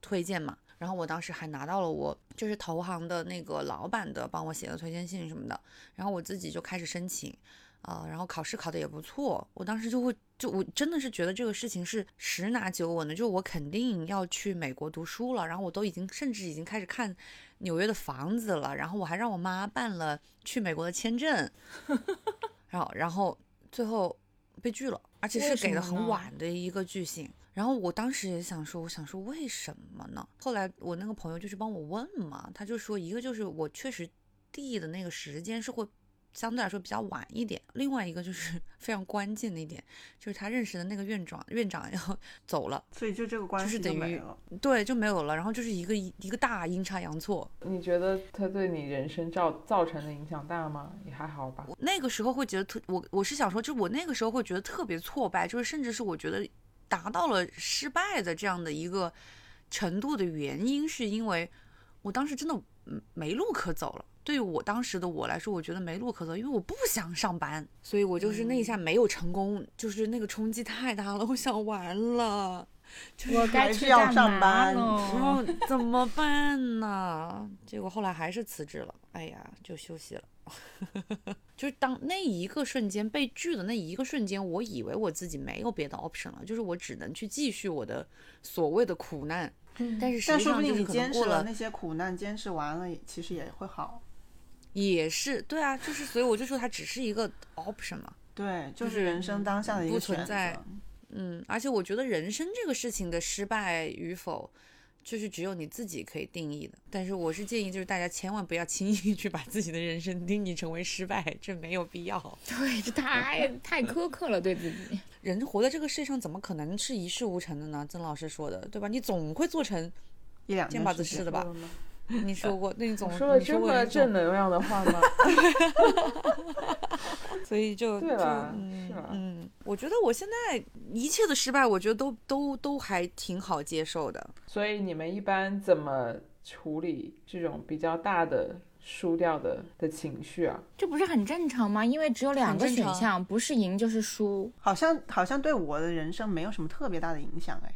Speaker 1: 推荐嘛。然后我当时还拿到了我就是投行的那个老板的帮我写的推荐信什么的，然后我自己就开始申请，啊、然后考试考的也不错，我当时就会就我真的是觉得这个事情是十拿九稳的，就我肯定要去美国读书了，然后我都已经甚至已经开始看纽约的房子了，然后我还让我妈办了去美国的签 证，然后然后最后被拒了，而且
Speaker 4: 为
Speaker 1: 是
Speaker 4: 什
Speaker 1: 给的
Speaker 4: 么
Speaker 1: 很
Speaker 4: 呢
Speaker 1: 晚的一个拒信。然后我当时也想说，我想说为什么呢？后来我那个朋友就是帮我问嘛，他就说一个就是我确实递的那个时间是会相对来说比较晚一点，另外一个就是 非常关键的一点，就是他认识的那个院长院长要走了，
Speaker 6: 所以就这个关
Speaker 1: 就是
Speaker 6: 系就
Speaker 1: 等
Speaker 6: 没
Speaker 1: 于
Speaker 6: 了。
Speaker 1: 对，就没有了，然后就是一个一个大阴差阳错，
Speaker 2: 你觉得它对你人生造造成的影响大吗？也还好吧。
Speaker 1: 我那个时候会觉得特，我我是想说，就我那个时候会觉得特别挫败，就是甚至是我觉得达到了失败的这样的一个程度的原因，是因为我当时真的嗯没路可走了。对于我当时的我来说，我觉得没路可走，因为我不想上班，所以我就是那一下没有成功，就是那个冲击太大了，我想完了，
Speaker 4: 我该
Speaker 6: 还
Speaker 4: 去
Speaker 6: 是要
Speaker 4: 干
Speaker 6: 上
Speaker 4: 嘛
Speaker 1: 然
Speaker 6: 班
Speaker 4: 喽？
Speaker 1: 后哦怎么办呢？ 结果后来还是辞职了，哎呀，就休息了。 就是当那一个瞬间被拒的那一个瞬间，我以为我自己没有别的 option 了，就是我只能去继续我的所谓的苦难。但是实
Speaker 6: 但
Speaker 1: 际
Speaker 6: 说不
Speaker 1: 上就是
Speaker 6: 定你
Speaker 1: 可能
Speaker 6: 坚
Speaker 1: 过
Speaker 6: 持
Speaker 1: 了
Speaker 6: 那些苦难，坚持完了，其实也会好。
Speaker 1: 也是对啊，就是所以我就说它只是一个 option 嘛。
Speaker 6: 对，就
Speaker 1: 就是
Speaker 6: 人生当下的一
Speaker 1: 不
Speaker 6: 个
Speaker 1: 存
Speaker 6: 选
Speaker 1: 在
Speaker 6: 择。
Speaker 1: 嗯，而且我觉得人生这个事情的失败与否，就是只有你自己可以定义的。但是我是建议，就是大家千万不要轻易去把自己的人生定义成为失败，这没有必要。
Speaker 4: 对，这太太苛刻了，对自己。
Speaker 1: 人活在这个世界上，怎么可能是一事无成的呢？曾老师说的，对吧？你总会做成
Speaker 6: 一两
Speaker 1: 肩
Speaker 6: 件
Speaker 1: 膀
Speaker 6: 事
Speaker 1: 子事
Speaker 6: 情，
Speaker 1: 的吧？你说过，那你总
Speaker 2: 我说了
Speaker 1: 你
Speaker 2: 这
Speaker 1: 过
Speaker 2: 么
Speaker 1: 有一种
Speaker 2: 正能量的话吗？
Speaker 1: 所以就
Speaker 2: 对
Speaker 1: 就
Speaker 2: 啦
Speaker 1: 嗯
Speaker 2: 是啦
Speaker 1: 嗯，我觉得我现在一切的失败，我觉得都都都还挺好接受的。
Speaker 2: 所以你们一般怎么处理这种比较大的输掉的的情绪啊？
Speaker 4: 这不是很正常吗？因为只有两个
Speaker 1: 很正
Speaker 4: 选
Speaker 1: 常
Speaker 4: 项，不是赢就是输。
Speaker 6: 好像好像对我的人生没有什么特别大的影响哎。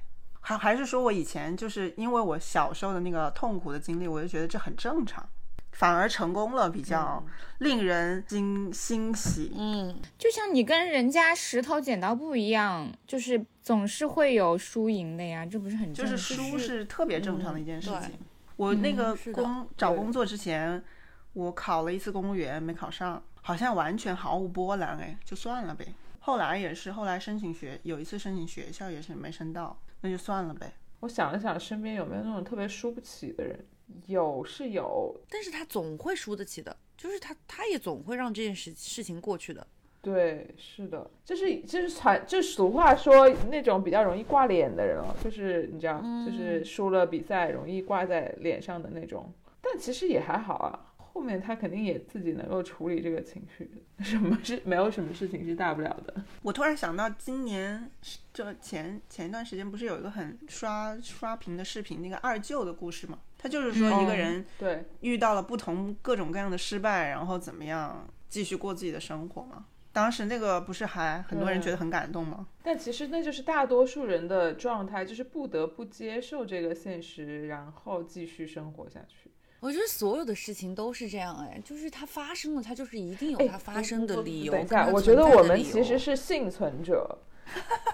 Speaker 6: 还还是说我以前就是因为我小时候的那个痛苦的经历，我就觉得这很正常，反而成功了比较令人惊欣喜。
Speaker 1: 嗯，
Speaker 4: 就像你跟人家石头剪刀布一样，就是总是会有输赢的呀，这不是很
Speaker 6: 就
Speaker 4: 正
Speaker 6: 是
Speaker 4: 常？
Speaker 6: 输是特别正常的一件事
Speaker 1: 嗯
Speaker 6: 情
Speaker 1: 对。
Speaker 6: 我那个
Speaker 1: 嗯是的
Speaker 6: 工找工作之前，我考了一次公务员没考上，好像完全毫无波澜哎，就算了呗。后来也是，后来申请学有一次申请学校也是没申到，那就算了呗。
Speaker 2: 我想了想，身边有没有那种特别输不起的人？有是有，
Speaker 1: 但是他总会输得起的，就是他他也总会让这件事事情过去的。
Speaker 2: 对，是的，就是就是传，就俗话说那种比较容易挂脸的人哦，就是你知道，就是输了比赛容易挂在脸上的那种。但其实也还好啊，后面他肯定也自己能够处理这个情绪，什么是没有什么事情是大不了的。
Speaker 6: 我突然想到，今年是就前前一段时间不是有一个很刷刷屏的视频，那个二舅的故事嘛？他就是说一个
Speaker 2: 嗯
Speaker 6: 人
Speaker 2: 对，
Speaker 6: 遇到了不同各种各样的失败，然后怎么样继续过自己的生活嘛？当时那个不是还很多人
Speaker 2: 对
Speaker 6: 觉得很感动吗？
Speaker 2: 但其实那就是大多数人的状态，就是不得不接受这个现实，然后继续生活下去。
Speaker 1: 我觉得所有的事情都是这样，哎，就是它发生了，它就是一定
Speaker 2: 哎
Speaker 1: 有它发生
Speaker 2: 不
Speaker 1: 的
Speaker 2: 不
Speaker 1: 理由。
Speaker 2: 等一
Speaker 1: 跟
Speaker 2: 下，
Speaker 1: 它
Speaker 2: 我觉
Speaker 1: 存
Speaker 2: 得
Speaker 1: 在
Speaker 2: 我
Speaker 1: 的
Speaker 2: 们
Speaker 1: 理
Speaker 2: 其实
Speaker 1: 由
Speaker 2: 是幸存者，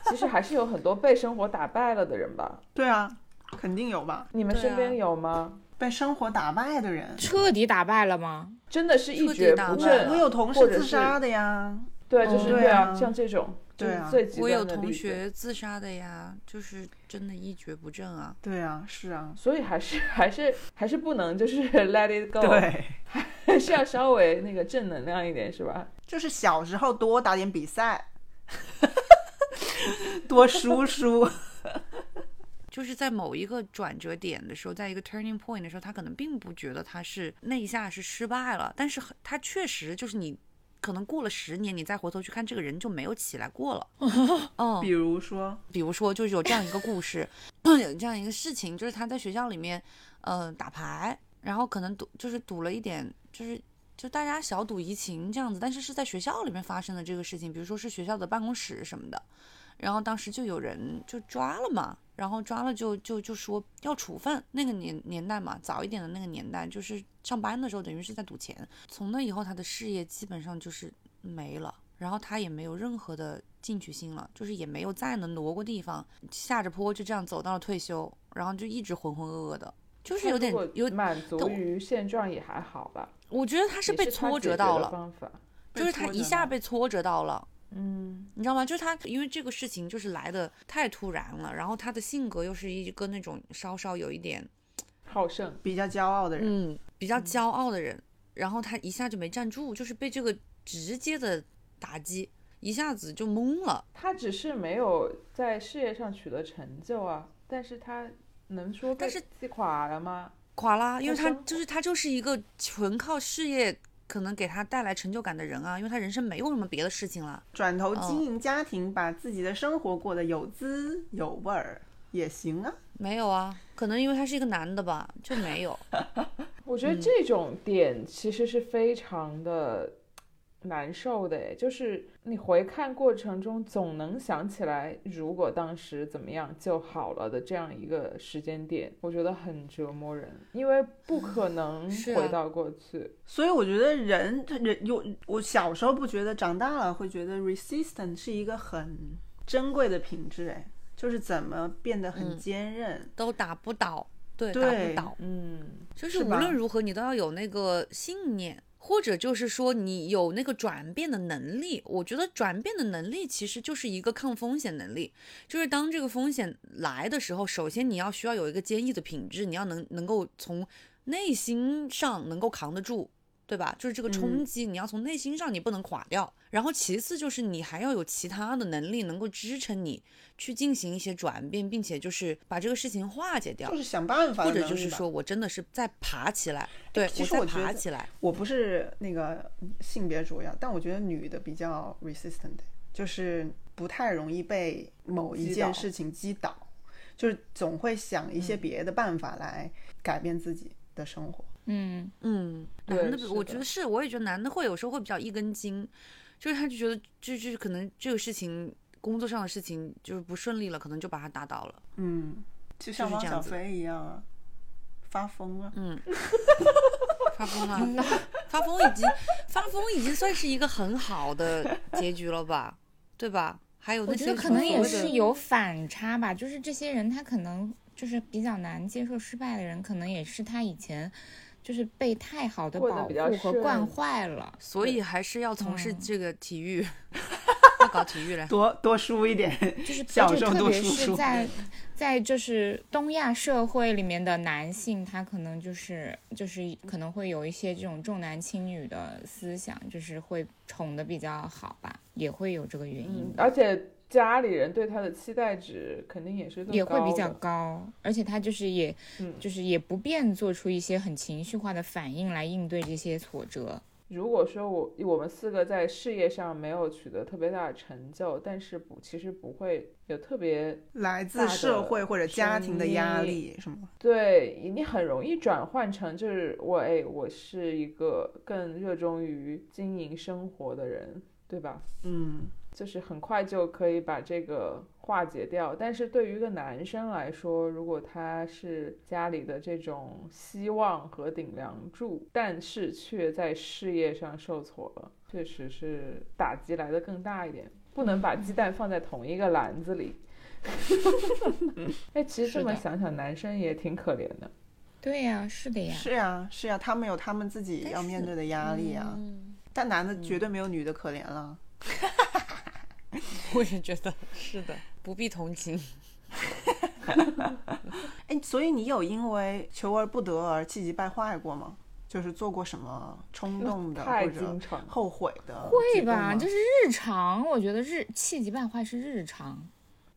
Speaker 2: 其实还是有很多被生活打败了的人吧？
Speaker 6: 对啊，肯定有吧？
Speaker 2: 你们
Speaker 1: 对
Speaker 2: 身
Speaker 1: 啊
Speaker 2: 边有吗？
Speaker 6: 被生活打败的人，
Speaker 4: 彻底打败了吗？
Speaker 2: 真的是一
Speaker 1: 彻底
Speaker 2: 蹶
Speaker 1: 打
Speaker 2: 不
Speaker 1: 败
Speaker 2: 振
Speaker 1: 了
Speaker 6: 我
Speaker 2: 啊，
Speaker 6: 有同
Speaker 2: 或
Speaker 6: 事
Speaker 2: 者
Speaker 6: 自
Speaker 2: 是
Speaker 6: 杀的呀，
Speaker 2: 对，
Speaker 4: 哦
Speaker 2: 就是
Speaker 6: 对
Speaker 2: 对啊，
Speaker 6: 啊
Speaker 2: 像这种，就是
Speaker 6: 对啊
Speaker 2: 最极
Speaker 1: 我有
Speaker 2: 端的
Speaker 1: 同
Speaker 2: 例子。
Speaker 1: 学自杀的呀，就是真的一蹶不振啊。
Speaker 6: 对啊，是啊，
Speaker 2: 所以还是还是还是不能就是 let it go，
Speaker 6: 对，
Speaker 2: 还 是要稍微那个正能量一点，是吧？
Speaker 6: 就是小时候多打点比赛， 多输输，
Speaker 1: 就是在某一个转折点的时候，在一个 turning point 的时候，他可能并不觉得他是那一下是失败了，但是很他确实就是你，可能过了十年，你再回头去看这个人就没有起来过 了。嗯，
Speaker 6: 比如说，
Speaker 1: 比如说就是有这样一个故事， 有这样一个事情，就是他在学校里面，呃，打牌，然后可能赌就是赌了一点，就是。就大家小赌怡情这样子，但是是在学校里面发生的这个事情，比如说是学校的办公室什么的，然后当时就有人就抓了嘛，然后抓了就就就说要处分。那个年年代嘛，早一点的那个年代，就是上班的时候等于是在赌钱。从那以后，他的事业基本上就是没了，然后他也没有任何的进取心了，就是也没有再能挪过地方，下着坡就这样走到了退休，然后就一直浑浑噩噩的，就是有点
Speaker 2: 如果
Speaker 1: 有，
Speaker 2: 满
Speaker 1: 但
Speaker 2: 足
Speaker 1: 我
Speaker 2: 于现状也还好吧，
Speaker 1: 我觉得他是
Speaker 2: 也
Speaker 1: 被
Speaker 2: 他
Speaker 1: 挫
Speaker 2: 解
Speaker 1: 折
Speaker 2: 决
Speaker 1: 到
Speaker 2: 的
Speaker 1: 了，
Speaker 2: 方法，
Speaker 1: 就是他一下
Speaker 6: 被。
Speaker 1: 被挫折到了。
Speaker 2: 嗯。
Speaker 1: 你知道吗？就是他，因为这个事情就是来的太突然了，然后他的性格又是一个那种稍稍有一点，
Speaker 2: 好胜，
Speaker 6: 比较骄傲的人，
Speaker 1: 嗯，比较骄傲的人，然后他一下就没站住，就是被这个直接的打击，一下子就懵了。
Speaker 2: 他只是没有在事业上取得成就啊，但是他能说被
Speaker 1: 但是
Speaker 2: 击垮了吗？
Speaker 1: 垮啦，因为
Speaker 2: 他
Speaker 1: 他
Speaker 2: 生活
Speaker 1: 就是他就是一个纯靠事业可能给他带来成就感的人啊，因为他人生没有什么别的事情了。
Speaker 6: 转头
Speaker 1: 嗯
Speaker 6: 经营家庭，把自己的生活过得有滋有味儿也行啊。
Speaker 1: 没有啊，可能因为他是一个男的吧，就没有。
Speaker 2: 我觉得
Speaker 1: 嗯
Speaker 2: 这种点其实是非常的难受的诶，就是你回看过程中总能想起来，如果当时怎么样就好了的这样一个时间点，我觉得很折磨人，因为不可能
Speaker 1: 是啊
Speaker 2: 回到过去。
Speaker 6: 所以我觉得人，他人有我小时候不觉得，长大了会觉得 resistant 是一个很珍贵的品质，哎，就是怎么变得很
Speaker 1: 嗯
Speaker 6: 坚韧。
Speaker 1: 都打不倒，对，打不
Speaker 6: 对
Speaker 1: 倒。
Speaker 2: 嗯，
Speaker 1: 就是
Speaker 6: 是
Speaker 1: 无
Speaker 6: 吧
Speaker 1: 论如何，你都要有那个信念，或者就是说你有那个转变的能力。我觉得转变的能力其实就是一个抗风险能力，就是当这个风险来的时候，首先你要需要有一个坚毅的品质，你要能能够从内心上能够扛得住。对吧？就是这个
Speaker 6: 嗯
Speaker 1: 冲击，你要从内心上你不能垮掉。然后其次就是你还要有其他的能力能够支撑你去进行一些转变，并且就是把这个事情化解掉
Speaker 6: 就。是想办法的
Speaker 1: 或
Speaker 6: 能力
Speaker 1: 者就
Speaker 6: 吧，
Speaker 1: 是说我真的是在爬起来，对
Speaker 6: 其实
Speaker 1: 在
Speaker 6: 我觉
Speaker 1: 爬
Speaker 6: 得
Speaker 1: 起来，
Speaker 6: 我不是那个性别主要，但我觉得女的比较 resistant，就是不太容易被某一件事情击倒，嗯就是总会想一些别的办法来改变自己的生活。
Speaker 4: 嗯，
Speaker 1: 嗯，
Speaker 2: 对
Speaker 1: 男的
Speaker 2: 是
Speaker 1: 我
Speaker 2: 的
Speaker 1: 觉得是，我也觉得男的会有时候会比较一根筋，就是他就觉得就就是可能这个事情工作上的事情就是不顺利了，可能就把他打倒了，
Speaker 6: 嗯，就像
Speaker 1: 就是
Speaker 6: 汪
Speaker 1: 这
Speaker 6: 小
Speaker 1: 样子
Speaker 6: 菲一样啊，发疯了。。
Speaker 1: 嗯，发疯了，发疯已经发疯已经算是一个很好的结局了吧，对吧？还有
Speaker 4: 我
Speaker 1: 那
Speaker 4: 觉
Speaker 1: 些
Speaker 4: 得可
Speaker 1: 什么
Speaker 4: 能
Speaker 1: 所
Speaker 4: 也
Speaker 1: 谓的
Speaker 4: 是有反差吧，就是这些人他可能就是比较难接受失败的人，可能也是他以前就是被太好的
Speaker 2: 过得
Speaker 4: 保
Speaker 2: 比较
Speaker 4: 护和
Speaker 2: 顺
Speaker 4: 惯坏了。
Speaker 1: 所以还是要从事
Speaker 4: 嗯
Speaker 1: 这个体育，搞体育了
Speaker 6: 多多输一 点，
Speaker 4: 就是
Speaker 6: 享
Speaker 4: 而且
Speaker 6: 受
Speaker 4: 特
Speaker 6: 多
Speaker 4: 别
Speaker 6: 输
Speaker 4: 是
Speaker 6: 出
Speaker 4: 在在就是东亚社会里面的男性，他可能就是就是可能会有一些这种重男轻女的思想，就是会宠的比较好吧，也会有这个原因
Speaker 2: 嗯，
Speaker 4: 的，
Speaker 2: 而且家里人对他的期待值肯定也是更
Speaker 4: 也会比
Speaker 2: 高
Speaker 4: 较
Speaker 2: 的
Speaker 4: 高，而且他就是也、
Speaker 2: 嗯
Speaker 4: 就是也不便做出一些很情绪化的反应来应对这些挫折。
Speaker 2: 如果说我我们四个在事业上没有取得特别大的成就，但是不其实不会有特别
Speaker 6: 来自
Speaker 2: 大的
Speaker 6: 社会或者家庭的压
Speaker 2: 声
Speaker 6: 力什么。
Speaker 2: 对你很容易转换成就是我哎我是一个更热衷于经营生活的人，对吧？
Speaker 6: 嗯，
Speaker 2: 就是很快就可以把这个化解掉。但是对于一个男生来说，如果他是家里的这种希望和顶梁柱，但是却在事业上受挫了，确实是打击来的更大一点。不能把鸡蛋放在同一个篮子里。 哎，其实
Speaker 4: 是
Speaker 2: 这么
Speaker 4: 的
Speaker 2: 想想，男生也挺可怜的。
Speaker 4: 对呀、是的呀，
Speaker 6: 是啊，是啊，他们有他们自己
Speaker 1: 但
Speaker 6: 要面
Speaker 1: 是嗯
Speaker 6: 对的压力啊。但男的绝对没有女的可怜了。
Speaker 1: 我也觉得是的，不必同情。
Speaker 6: 哎、所以你有因为求而不得而气急败坏过吗？就是做过什么冲动的
Speaker 2: 太
Speaker 6: 或
Speaker 2: 经
Speaker 6: 者
Speaker 2: 常了
Speaker 6: 后悔的
Speaker 4: 会
Speaker 6: 举动
Speaker 4: 吧？
Speaker 6: 吗？
Speaker 4: 这是日常，我觉得日气急败坏是日常。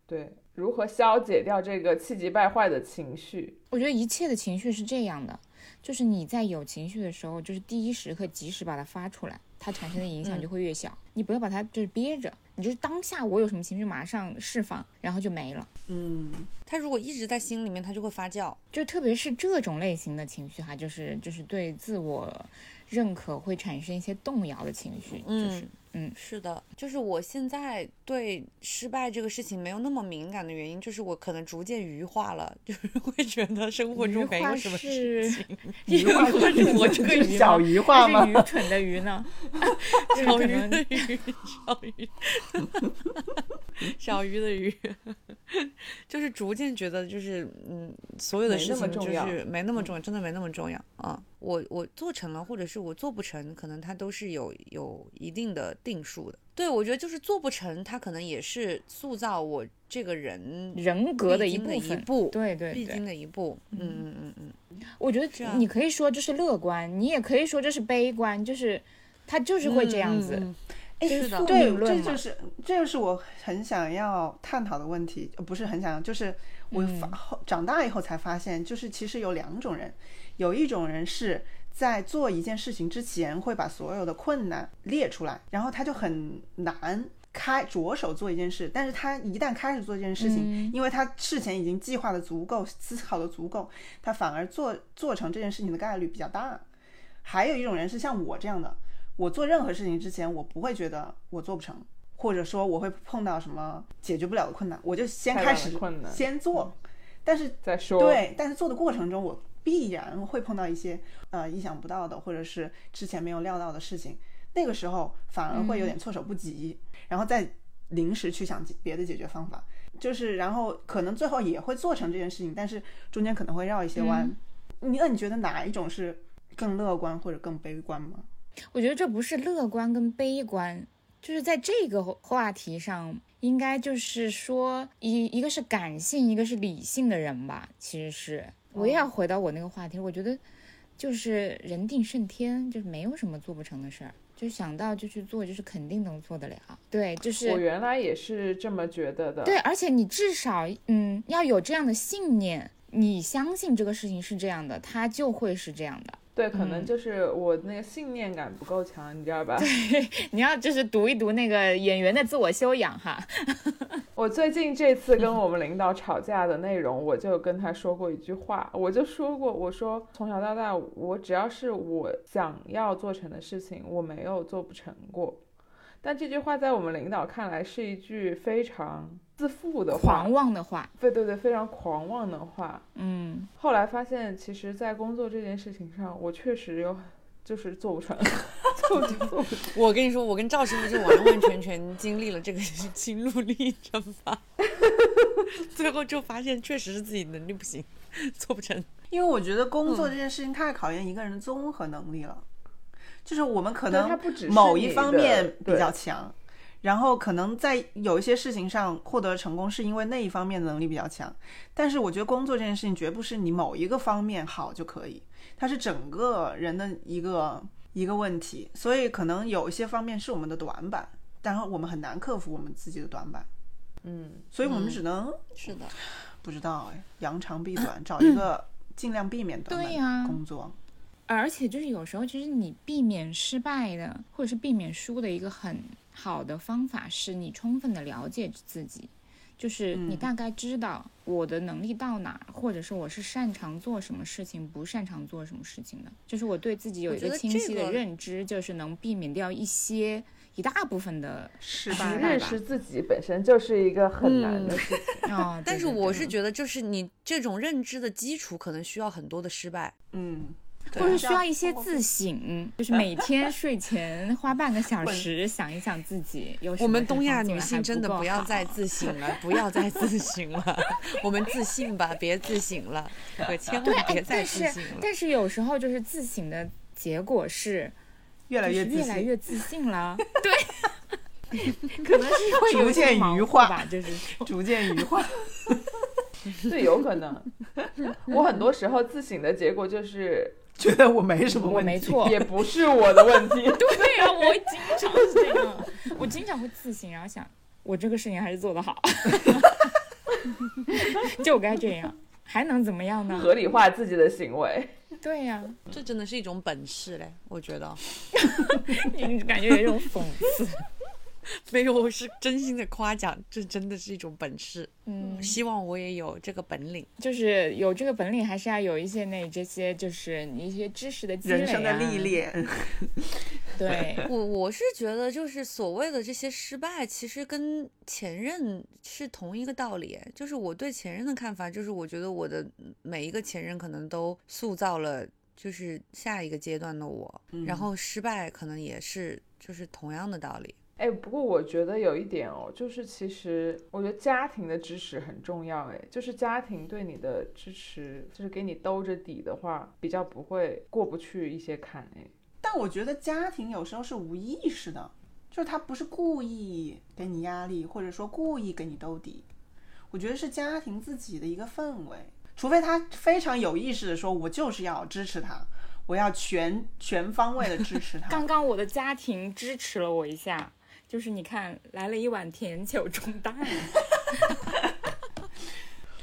Speaker 2: 对，如何消解掉这个气急败坏的情绪？
Speaker 4: 我觉得一切的情绪是这样的，就是你在有情绪的时候，就是第一时刻及时把它发出来，它产生的影
Speaker 1: 嗯
Speaker 4: 响就会越小。你不要把它就是憋着，你就是当下我有什么情绪马上释放，然后就没了。
Speaker 6: 嗯，
Speaker 1: 他如果一直在心里面，他就会发酵。
Speaker 4: 就特别是这种类型的情绪哈，就是就是对自我认可会产生一些动摇的情绪，就是
Speaker 1: 嗯
Speaker 4: 嗯
Speaker 1: 是的，就是我现在对失败这个事情没有那么敏感的原因，就是我可能逐渐愚化了，就是会觉得生活中没
Speaker 4: 化
Speaker 1: 有什么事
Speaker 4: 是
Speaker 1: 情。愚化是我 这个愚
Speaker 6: 小
Speaker 1: 吗，
Speaker 6: 鱼
Speaker 4: 还
Speaker 6: 话吗
Speaker 4: 是？愚蠢的愚 呢？就是
Speaker 1: 小
Speaker 4: 可
Speaker 1: 鱼的
Speaker 4: 能
Speaker 1: 鱼，小鱼， 小鱼的鱼， 就是逐渐觉得就是嗯，所有的
Speaker 2: 没
Speaker 1: 事
Speaker 2: 那么
Speaker 1: 情就
Speaker 2: 重要
Speaker 1: 是没那么重要，
Speaker 4: 嗯
Speaker 1: 真的没那么重要啊。我我做成了，或者是我做不成，可能它都是有有一定的定数的。对，我觉得就是做不成，它可能也是塑造我这个人
Speaker 4: 人格的
Speaker 1: 必
Speaker 4: 一
Speaker 1: 经的
Speaker 4: 部
Speaker 1: 一
Speaker 4: 分，
Speaker 1: 步，
Speaker 4: 对对
Speaker 1: 必
Speaker 4: 对
Speaker 1: 经。的一步。嗯嗯嗯嗯，
Speaker 4: 我觉
Speaker 1: 是
Speaker 4: 得
Speaker 1: 啊
Speaker 4: 你可以说这是乐观，你也可以说这是悲观，就是他就是会这样子。
Speaker 1: 嗯。嗯嗯
Speaker 6: 哎
Speaker 1: 是的
Speaker 6: 对，
Speaker 4: 命论
Speaker 6: 这
Speaker 4: 嘛
Speaker 6: 就是这就是我很想要探讨的问题，呃不是很想要，就是我
Speaker 4: 嗯
Speaker 6: 发、后长大以后才发现，就是其实有两种人，有一种人是在做一件事情之前会把所有的困难列出来，然后他就很难。开着手做一件事，但是他一旦开始做这件事情，
Speaker 4: 嗯
Speaker 6: 因为他事前已经计划的足够，思考的足够，他反而做做成这件事情的概率比较大。还有一种人是像我这样的，我做任何事情之前，我不会觉得我做不成，或者说我会碰到什么解决不了的困难，我就先
Speaker 2: 太
Speaker 6: 开
Speaker 2: 大的
Speaker 6: 始
Speaker 2: 困难嗯
Speaker 6: 先做。但是
Speaker 2: 再说，
Speaker 6: 对，但是做的过程中，我必然会碰到一些呃意想不到的，或者是之前没有料到的事情，那个时候反而
Speaker 2: 嗯
Speaker 6: 会有点措手不及，然后再临时去想解别的解决方法，就是然后可能最后也会做成这件事情，但是中间可能会绕一些弯。你那你觉得哪一种是更乐观或者更悲观吗？
Speaker 4: 我觉得这不是乐观跟悲观，就是在这个话题上，应该就是说一一个是感性，一个是理性的人吧。其实是我
Speaker 1: 哦
Speaker 4: 又要回到我那个话题，我觉得就是人定胜天，就是没有什么做不成的事儿，就想到就去做，就是肯定能做得了。对，就是
Speaker 2: 我原来也是这么觉得的。
Speaker 4: 对，，而且你至少嗯要有这样的信念，你相信这个事情是这样的，它就会是这样的。
Speaker 2: 对，可能
Speaker 4: 嗯
Speaker 2: 就是我那个信念感不够强，你知道吧？
Speaker 4: 你要就是读一读那个演员的自我修养哈，
Speaker 2: 我最近这次跟我们领导吵架的内容，我就跟他说过一句话，我就说过，我说从小到大，我只要是我想要做成的事情，我没有做不成过。但这句话在我们领导看来是一句非常自负的话
Speaker 4: 狂，妄的话，
Speaker 2: 对对对，非常狂妄的话。
Speaker 4: 嗯，
Speaker 2: 后来发现，其实，在工作这件事情上，我确实有，就是做不成， 就是做不成。
Speaker 1: 我跟你说，我跟赵师傅就完完全全经历了这个 心路历程吧， 最后就发现确实是自己能力不行，做不成。
Speaker 6: 因为我觉得工
Speaker 2: 嗯
Speaker 6: 作这件事情太考验一个人的综合能力了，就是我们可
Speaker 2: 对它
Speaker 6: 能
Speaker 2: 不只是
Speaker 6: 某
Speaker 2: 你
Speaker 6: 一方
Speaker 2: 的
Speaker 6: 面比
Speaker 2: 对
Speaker 6: 较强，然后可能在有一些事情上获得成功，是因为那一方面的能力比较强。但是我觉得工作这件事情绝不是你某一个方面好就可以，它是整个人的一个一个问题。所以可能有一些方面是我们的短板，然后我们很难克服我们自己的短板，
Speaker 2: 嗯，
Speaker 6: 所以我
Speaker 1: 嗯
Speaker 6: 们只能、
Speaker 1: 是的，
Speaker 6: 不知道哎，扬长避短，找 一个尽量避免短
Speaker 4: 对呀
Speaker 6: 板的工作。
Speaker 4: 而且就是有时候，其实你避免失败的，或者是避免输的一个很好的方法，是你充分的了解自己，就是你
Speaker 6: 嗯。
Speaker 4: 大概知道我的能力到哪儿，或者是我是擅长做什么事情，不擅长做什么事情的，就是我对自己有
Speaker 1: 我
Speaker 4: 一
Speaker 1: 觉
Speaker 4: 个
Speaker 1: 得
Speaker 4: 清
Speaker 1: 这
Speaker 4: 晰的
Speaker 1: 个
Speaker 4: 认知，就是能避免掉一些一大部分 的
Speaker 6: 失
Speaker 4: 失
Speaker 6: 败
Speaker 4: 败
Speaker 2: 认
Speaker 4: 吧
Speaker 2: 识自己本身就是一个很难
Speaker 1: 嗯
Speaker 2: 的事情。
Speaker 4: 哦，
Speaker 1: 但
Speaker 4: 对
Speaker 1: 是
Speaker 4: 对
Speaker 1: 我
Speaker 4: 对
Speaker 1: 是觉得，就是你这种认知的基础，可能需要很多的失败。
Speaker 6: 嗯，
Speaker 4: 或者
Speaker 6: 对
Speaker 4: 需要一些自 省，就是每天睡前花半个小
Speaker 6: 混
Speaker 4: 时想一想自己有什么
Speaker 1: 我们
Speaker 4: 地
Speaker 1: 东
Speaker 4: 方
Speaker 1: 亚
Speaker 4: 做
Speaker 1: 女
Speaker 4: 得
Speaker 1: 性
Speaker 4: 还
Speaker 1: 真的
Speaker 4: 够
Speaker 1: 不要
Speaker 4: 好
Speaker 1: 再自省 了，不要再自省了，我们自信吧，别自省 了，可千
Speaker 4: 对，
Speaker 1: 万
Speaker 4: 哎
Speaker 1: 别再
Speaker 4: 但
Speaker 1: 自
Speaker 4: 是
Speaker 1: 省了。
Speaker 4: 但是有时候就是自省的结果是，
Speaker 6: 越来
Speaker 4: 就
Speaker 6: 越
Speaker 4: 是
Speaker 6: 自
Speaker 4: 越来
Speaker 6: 信。
Speaker 4: 越自信 了，对， 可能是会有
Speaker 6: 逐
Speaker 4: 一些
Speaker 6: 渐
Speaker 4: 毛
Speaker 6: 愚
Speaker 4: 病
Speaker 6: 化
Speaker 4: 吧，就是说
Speaker 6: 逐渐愚化，
Speaker 2: 对，有可能。我很多时候自省的结果就是，
Speaker 6: 觉得我没什么
Speaker 4: 我
Speaker 6: 问题。
Speaker 4: 没错，
Speaker 2: 也不是我的问题。
Speaker 4: 对啊，我经常是这样，我经常会自省，然后想我这个事情还是做得好， 就该这样，还能怎么样呢？
Speaker 2: 合理化自己的行为，
Speaker 4: 对呀、
Speaker 1: 这真的是一种本事嘞，我觉得。
Speaker 4: 你感觉有一种讽刺，
Speaker 1: 没有，我是真心的夸奖，这真的是一种本事。
Speaker 4: 嗯，
Speaker 1: 希望我也有这个本领。
Speaker 4: 就是有这个本领，还是要有一些那这些，就是你一些知识的积累、啊、
Speaker 6: 人生的历，练，
Speaker 4: 对，
Speaker 1: 我我是觉得，就是所谓的这些失败，其实跟前任是同一个道理。就是我对前任的看法，就是我觉得我的每一个前任可能都塑造了，就是下一个阶段的我。然后失败可能也是就是同样的道理。
Speaker 2: 哎，不过我觉得有一点哦，就是其实我觉得家庭的支持很重要，哎，就是家庭对你的支持，就是给你兜着底的话，比较不会过不去一些坎，哎，
Speaker 6: 但我觉得家庭有时候是无意识的，就是他不是故意给你压力，或者说故意给你兜底。我觉得是家庭自己的一个氛围，除非他非常有意识的说，我就是要支持他，我要全全方位的支持 他。
Speaker 4: 刚刚我的家庭支持了我一下，就是你看来了一碗甜酒中蛋，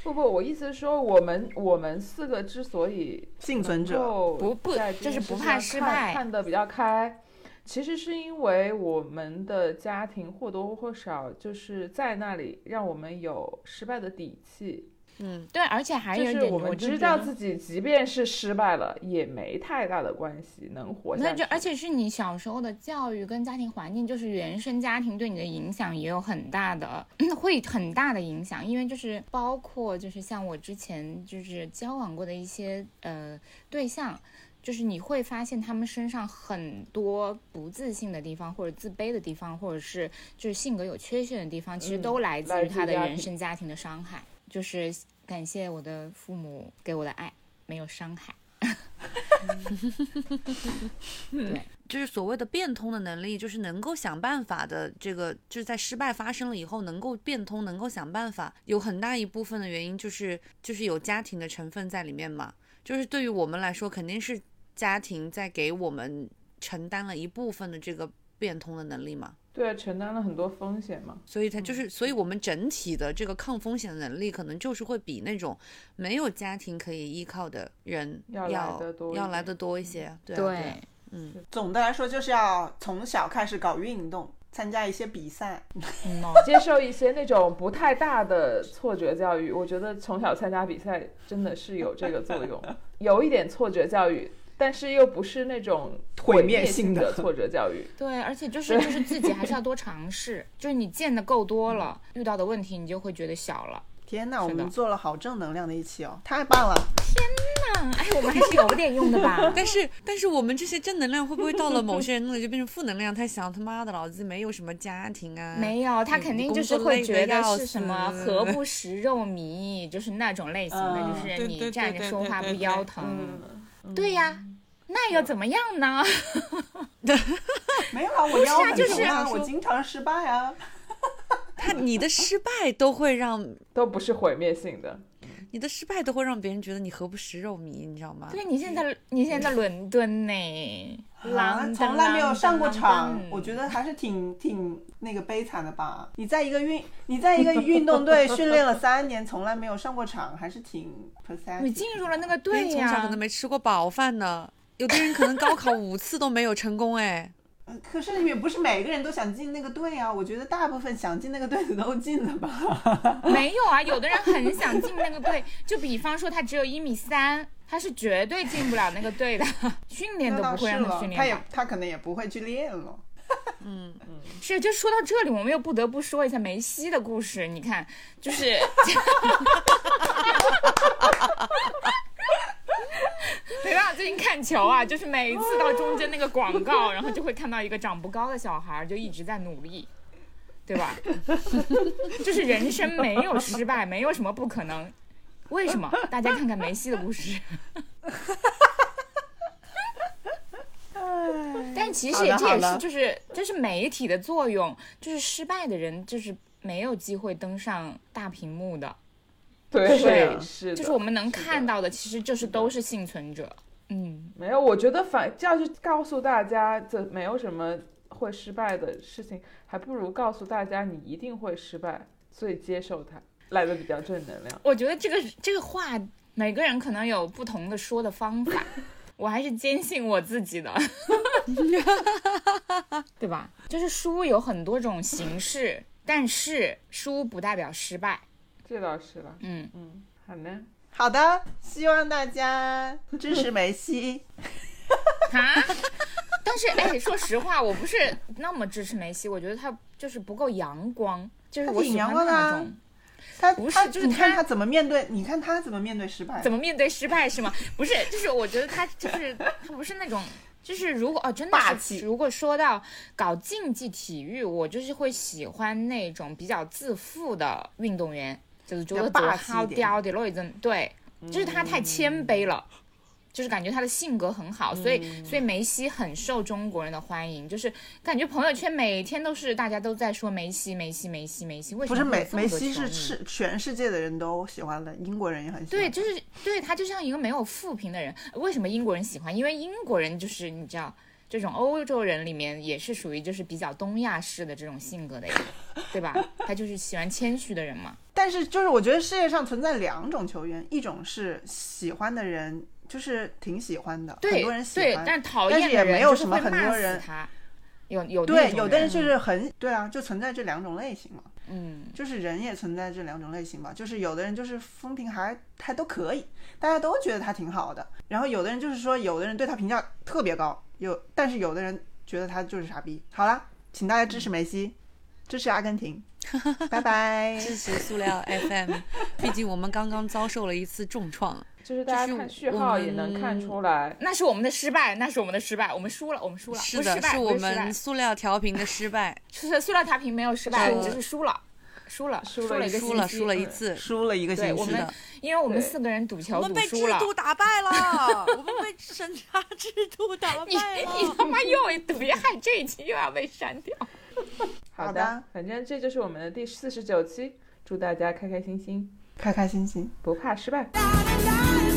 Speaker 2: 不不，我意思是说，我们我们四个之所以
Speaker 6: 幸存者
Speaker 4: 不不
Speaker 2: 在这
Speaker 4: 就是
Speaker 2: 件
Speaker 4: 不
Speaker 2: 事
Speaker 4: 怕
Speaker 2: 上
Speaker 4: 失
Speaker 2: 看
Speaker 4: 败
Speaker 2: 看得比较开。其实是因为我们的家庭或多或少就是在那里，让我们有失败的底气。
Speaker 1: 嗯，
Speaker 4: 对，而且还有
Speaker 2: 就
Speaker 4: 一
Speaker 2: 是
Speaker 4: 点，
Speaker 2: 我
Speaker 4: 我
Speaker 2: 们
Speaker 4: 就
Speaker 2: 知
Speaker 4: 觉
Speaker 2: 道
Speaker 4: 得
Speaker 2: 自己，即便是失败了，也没太大的关系，能活下
Speaker 4: 那
Speaker 2: 去。
Speaker 4: 就而且是你小时候的教育跟家庭环境，就是原生家庭对你的影响也有很大的，嗯会很大的影响，因为就是包括就是像我之前就是交往过的一些呃对象。就是你会发现他们身上很多不自信的地方，或者自卑的地方，或者是就是性格有缺陷的地方，其实
Speaker 2: 嗯
Speaker 4: 都来自
Speaker 2: 来
Speaker 4: 于
Speaker 2: 自
Speaker 4: 他的
Speaker 2: 家
Speaker 4: 原
Speaker 2: 庭
Speaker 4: 生家庭的伤害。就是感谢我的父母给我的爱，没有伤害。
Speaker 1: 就是所谓的变通的能力，就是能够想办法的这个，就是在失败发生了以后能够变通，能够想办法，有很大一部分的原因就是就是有家庭的成分在里面嘛。就是对于我们来说，肯定是家庭在给我们承担了一部分的这个变通的能力嘛。
Speaker 2: 对啊，承担了很多风险嘛。
Speaker 1: 所以它
Speaker 2: 嗯
Speaker 1: 就是，所以我们整体的这个抗风险能力，可能就是会比那种没有家庭可以依靠的人
Speaker 2: 要
Speaker 1: 要
Speaker 2: 来得多一
Speaker 1: 要来
Speaker 2: 点嗯
Speaker 1: 得多一些。对啊对啊？
Speaker 4: 对，
Speaker 6: 总的来说，就是要从小开始搞运动，参加一些比赛。
Speaker 4: 嗯哦
Speaker 2: 接受一些那种不太大的挫折教育，我觉得从小参加比赛真的是有这个作 用，有一点挫折教育，但是又不是那种
Speaker 6: 毁
Speaker 2: 灭
Speaker 6: 灭
Speaker 2: 性
Speaker 6: 性的
Speaker 2: 的挫折教 育。
Speaker 4: 对，而且就是就是自己还是要多尝试，就是你见的够多了，遇到的问题你就会觉得小了。
Speaker 6: 天哪，
Speaker 4: 是
Speaker 6: 我
Speaker 4: 的
Speaker 6: 们做了好正能量的一期哦，太棒了！
Speaker 4: 嗯，哎，我们还是有点用 的吧
Speaker 1: 但是，但是我们这些正能量会不会到了某些人那里就变成负能量？他想他妈的，老子没有什么家庭啊，
Speaker 4: 没有，他
Speaker 1: 嗯
Speaker 4: 肯定
Speaker 1: 工
Speaker 4: 就是
Speaker 1: 作
Speaker 4: 会
Speaker 1: 累
Speaker 4: 觉
Speaker 1: 得
Speaker 4: 得
Speaker 1: 要
Speaker 4: 是什么
Speaker 1: 死
Speaker 4: 何不食肉糜，就是那种类型的，就
Speaker 6: 嗯
Speaker 4: 是
Speaker 3: 对
Speaker 4: 你
Speaker 3: 对
Speaker 4: 站
Speaker 3: 对
Speaker 4: 着
Speaker 3: 对
Speaker 4: 说
Speaker 3: 对
Speaker 4: 话不
Speaker 3: 对
Speaker 4: 腰
Speaker 3: 对
Speaker 4: 疼。
Speaker 2: 嗯，
Speaker 4: 对呀，那又怎么样呢？
Speaker 6: 没有啊，我腰很
Speaker 1: 就是
Speaker 6: 疼啊，
Speaker 1: 想
Speaker 6: 我
Speaker 1: 说
Speaker 6: 经常失败啊。
Speaker 1: 他你的失败都会让
Speaker 2: 都不是毁灭性的。
Speaker 1: 你的失败都会让别人觉得你何不食肉糜，你知道吗？
Speaker 4: 对，你现在在 你现在在伦敦呢，
Speaker 6: 啊，
Speaker 4: 狼
Speaker 6: 从来没有上过场，我觉
Speaker 4: 得
Speaker 6: 得还是挺挺那个悲惨的吧。你在一个运你在一个运动 队训练了三年，从来没有上过场，还是挺 pathetic。
Speaker 4: 你进入了那个
Speaker 1: 别人
Speaker 4: 队
Speaker 1: 从小可
Speaker 4: 呀
Speaker 1: 能，没吃过饱饭呢，有的人可能高考五次都没有成功 哎。
Speaker 6: 呃可是也不是每个人都想进那个队啊，我觉得大部分想进那个队的都进了吧。
Speaker 4: 没有啊，有的人很想进那个队， 就比方说他只有一米三，他是绝对进不了那个队的， 训练
Speaker 6: 那
Speaker 4: 都
Speaker 6: 倒
Speaker 4: 不
Speaker 6: 是
Speaker 4: 会让他
Speaker 6: 了
Speaker 4: 训，
Speaker 6: 他
Speaker 4: 练
Speaker 6: 也
Speaker 4: 吧。
Speaker 6: 他可能也不会去练了。
Speaker 4: 是，就说到这里，我们又不得不说一下梅西的故事。你看，就是没办法，最近看球啊，就是每一次到中间那个广告，然后就会看到一个长不高的小孩儿就一直在努力，对吧？ 就是人生没有失败，没有什么不可能。为什么？大家看看梅西的故事。但其
Speaker 6: 好
Speaker 4: 实
Speaker 6: 的
Speaker 4: 也这也
Speaker 6: 好
Speaker 4: 是
Speaker 6: 的
Speaker 4: 就是这是媒体的作用，就是失败的人就是没有机会登上大屏幕的，
Speaker 2: 对，
Speaker 6: 是的
Speaker 2: 是的，
Speaker 4: 就是我们能
Speaker 2: 是的
Speaker 4: 看到的，其实就是都是幸存者。嗯，
Speaker 2: 没有，我觉得反要是告诉大家这没有什么会失败的事情，还不如告诉大家你一定会失败，所以接受它，来的比较正能量。
Speaker 4: 我觉得这个这个话，每个人可能有不同的说的方法，我还是坚信我自己的，对吧？就是输有很多种形式，但是输不代表失败。
Speaker 2: 这倒是了，
Speaker 4: 嗯，
Speaker 2: 嗯，好呢，
Speaker 6: 好的，希望大家支持 梅西。
Speaker 4: 啊！ 但是哎，说实话，我不是那么支持梅西，我觉得他就是不够阳光，就是
Speaker 6: 他
Speaker 4: 我
Speaker 6: 挺
Speaker 4: 喜欢
Speaker 6: 阳光的
Speaker 4: 那
Speaker 6: 啊
Speaker 4: 种。
Speaker 6: 他
Speaker 4: 不是
Speaker 6: 他
Speaker 4: 就是
Speaker 6: 你看
Speaker 4: 他
Speaker 6: 他怎么面对，你看他怎么面对失败的。
Speaker 4: 怎么面对失败是吗？ 不是，就是我觉得他就是他不是那种， 就是如果哦真的
Speaker 6: 霸
Speaker 4: 是
Speaker 6: 气
Speaker 4: 如果说到搞竞技体育，我就是会喜欢那种比较自负的运动员，就是觉
Speaker 6: 比较
Speaker 4: 得
Speaker 6: 霸
Speaker 4: 做
Speaker 6: 气
Speaker 4: 好
Speaker 6: 一点嗯
Speaker 4: 屌的那一种，对，就是他太谦卑了。就是感觉他的性格很好，所
Speaker 6: 嗯
Speaker 4: 以所以梅西很受中国人的欢迎。就是感觉朋友圈每天都是大家都在说梅西，梅西，梅西，梅西。为什
Speaker 6: 不
Speaker 4: 么
Speaker 6: 是
Speaker 4: 会有
Speaker 6: 梅
Speaker 4: 这么
Speaker 6: 梅
Speaker 4: 多
Speaker 6: 西
Speaker 4: 球
Speaker 6: 是
Speaker 4: 迷
Speaker 6: 是全世界的人都喜欢的，英国人也很喜欢。
Speaker 4: 对，就是对他就像一个没有负评的人。为什么英国人喜欢？因为英国人就是你知道，这种欧洲人里面也是属于就是比较东亚式的这种性格的人，对吧？他就是喜欢谦虚的人嘛。
Speaker 6: 但是就是我觉得世界上存在两种球员，一种是喜欢的人，就是挺喜欢的，很
Speaker 4: 对
Speaker 6: 多人喜
Speaker 4: 对，
Speaker 6: 欢。
Speaker 4: 但讨
Speaker 6: 但
Speaker 4: 厌
Speaker 6: 是
Speaker 4: 的
Speaker 6: 也
Speaker 4: 人
Speaker 6: 没有
Speaker 4: 就是
Speaker 6: 什么
Speaker 4: 会
Speaker 6: 很
Speaker 4: 骂
Speaker 6: 多
Speaker 4: 死
Speaker 6: 人
Speaker 4: 他。有有那
Speaker 6: 对，
Speaker 4: 种
Speaker 6: 有的人
Speaker 4: 人
Speaker 6: 就是很对啊，就存在这两种类型嘛，
Speaker 4: 嗯，
Speaker 6: 就是人也存在这两种类型吧，就是有的人就是风评还还都可以，大家都觉得他挺好的，然后有的人就是说有的人对他评价特别高，有但是有的人觉得他就是傻逼。好啦，请大家支持梅西，支持阿根 廷，拜拜。
Speaker 1: 支持塑料 FM，毕竟我们刚刚遭受了一次重 创。
Speaker 2: 就是
Speaker 1: 就
Speaker 2: 大家
Speaker 1: 是
Speaker 2: 看序
Speaker 1: 我
Speaker 2: 号也能
Speaker 1: 们
Speaker 2: 看出来，
Speaker 4: 那是我们的失败，那是我们的失败，我们输了，我们输了，不
Speaker 1: 是
Speaker 4: 失
Speaker 1: 的，
Speaker 4: 败
Speaker 1: 是
Speaker 4: 不
Speaker 1: 我
Speaker 4: 失败
Speaker 1: 们塑料调频的失 败，
Speaker 4: 就是塑料塔屏没有失败，
Speaker 1: 输
Speaker 4: 只是输了，输了，
Speaker 2: 输了
Speaker 4: 了
Speaker 2: 一
Speaker 4: 一个
Speaker 1: 输了
Speaker 4: 星期
Speaker 1: 输了一次，
Speaker 6: 输了一个
Speaker 4: 对
Speaker 6: 星
Speaker 4: 我
Speaker 6: 期
Speaker 1: 是
Speaker 4: 们
Speaker 6: 的。
Speaker 1: 的，
Speaker 4: 因为我们
Speaker 2: 对
Speaker 4: 四个人赌球
Speaker 1: 我们
Speaker 4: 赌
Speaker 1: 被
Speaker 4: 输
Speaker 1: 制
Speaker 4: 了。
Speaker 1: 度打败了， 我们被审查制度打
Speaker 4: 你
Speaker 1: 败了。
Speaker 4: 你他妈又别害这一期又要被删掉。
Speaker 6: 好
Speaker 2: 好
Speaker 6: 的
Speaker 2: 的，反正这就是我们的第四十九期，祝大家开开心心，
Speaker 6: 开开心心。
Speaker 2: 不怕失败。
Speaker 5: la la la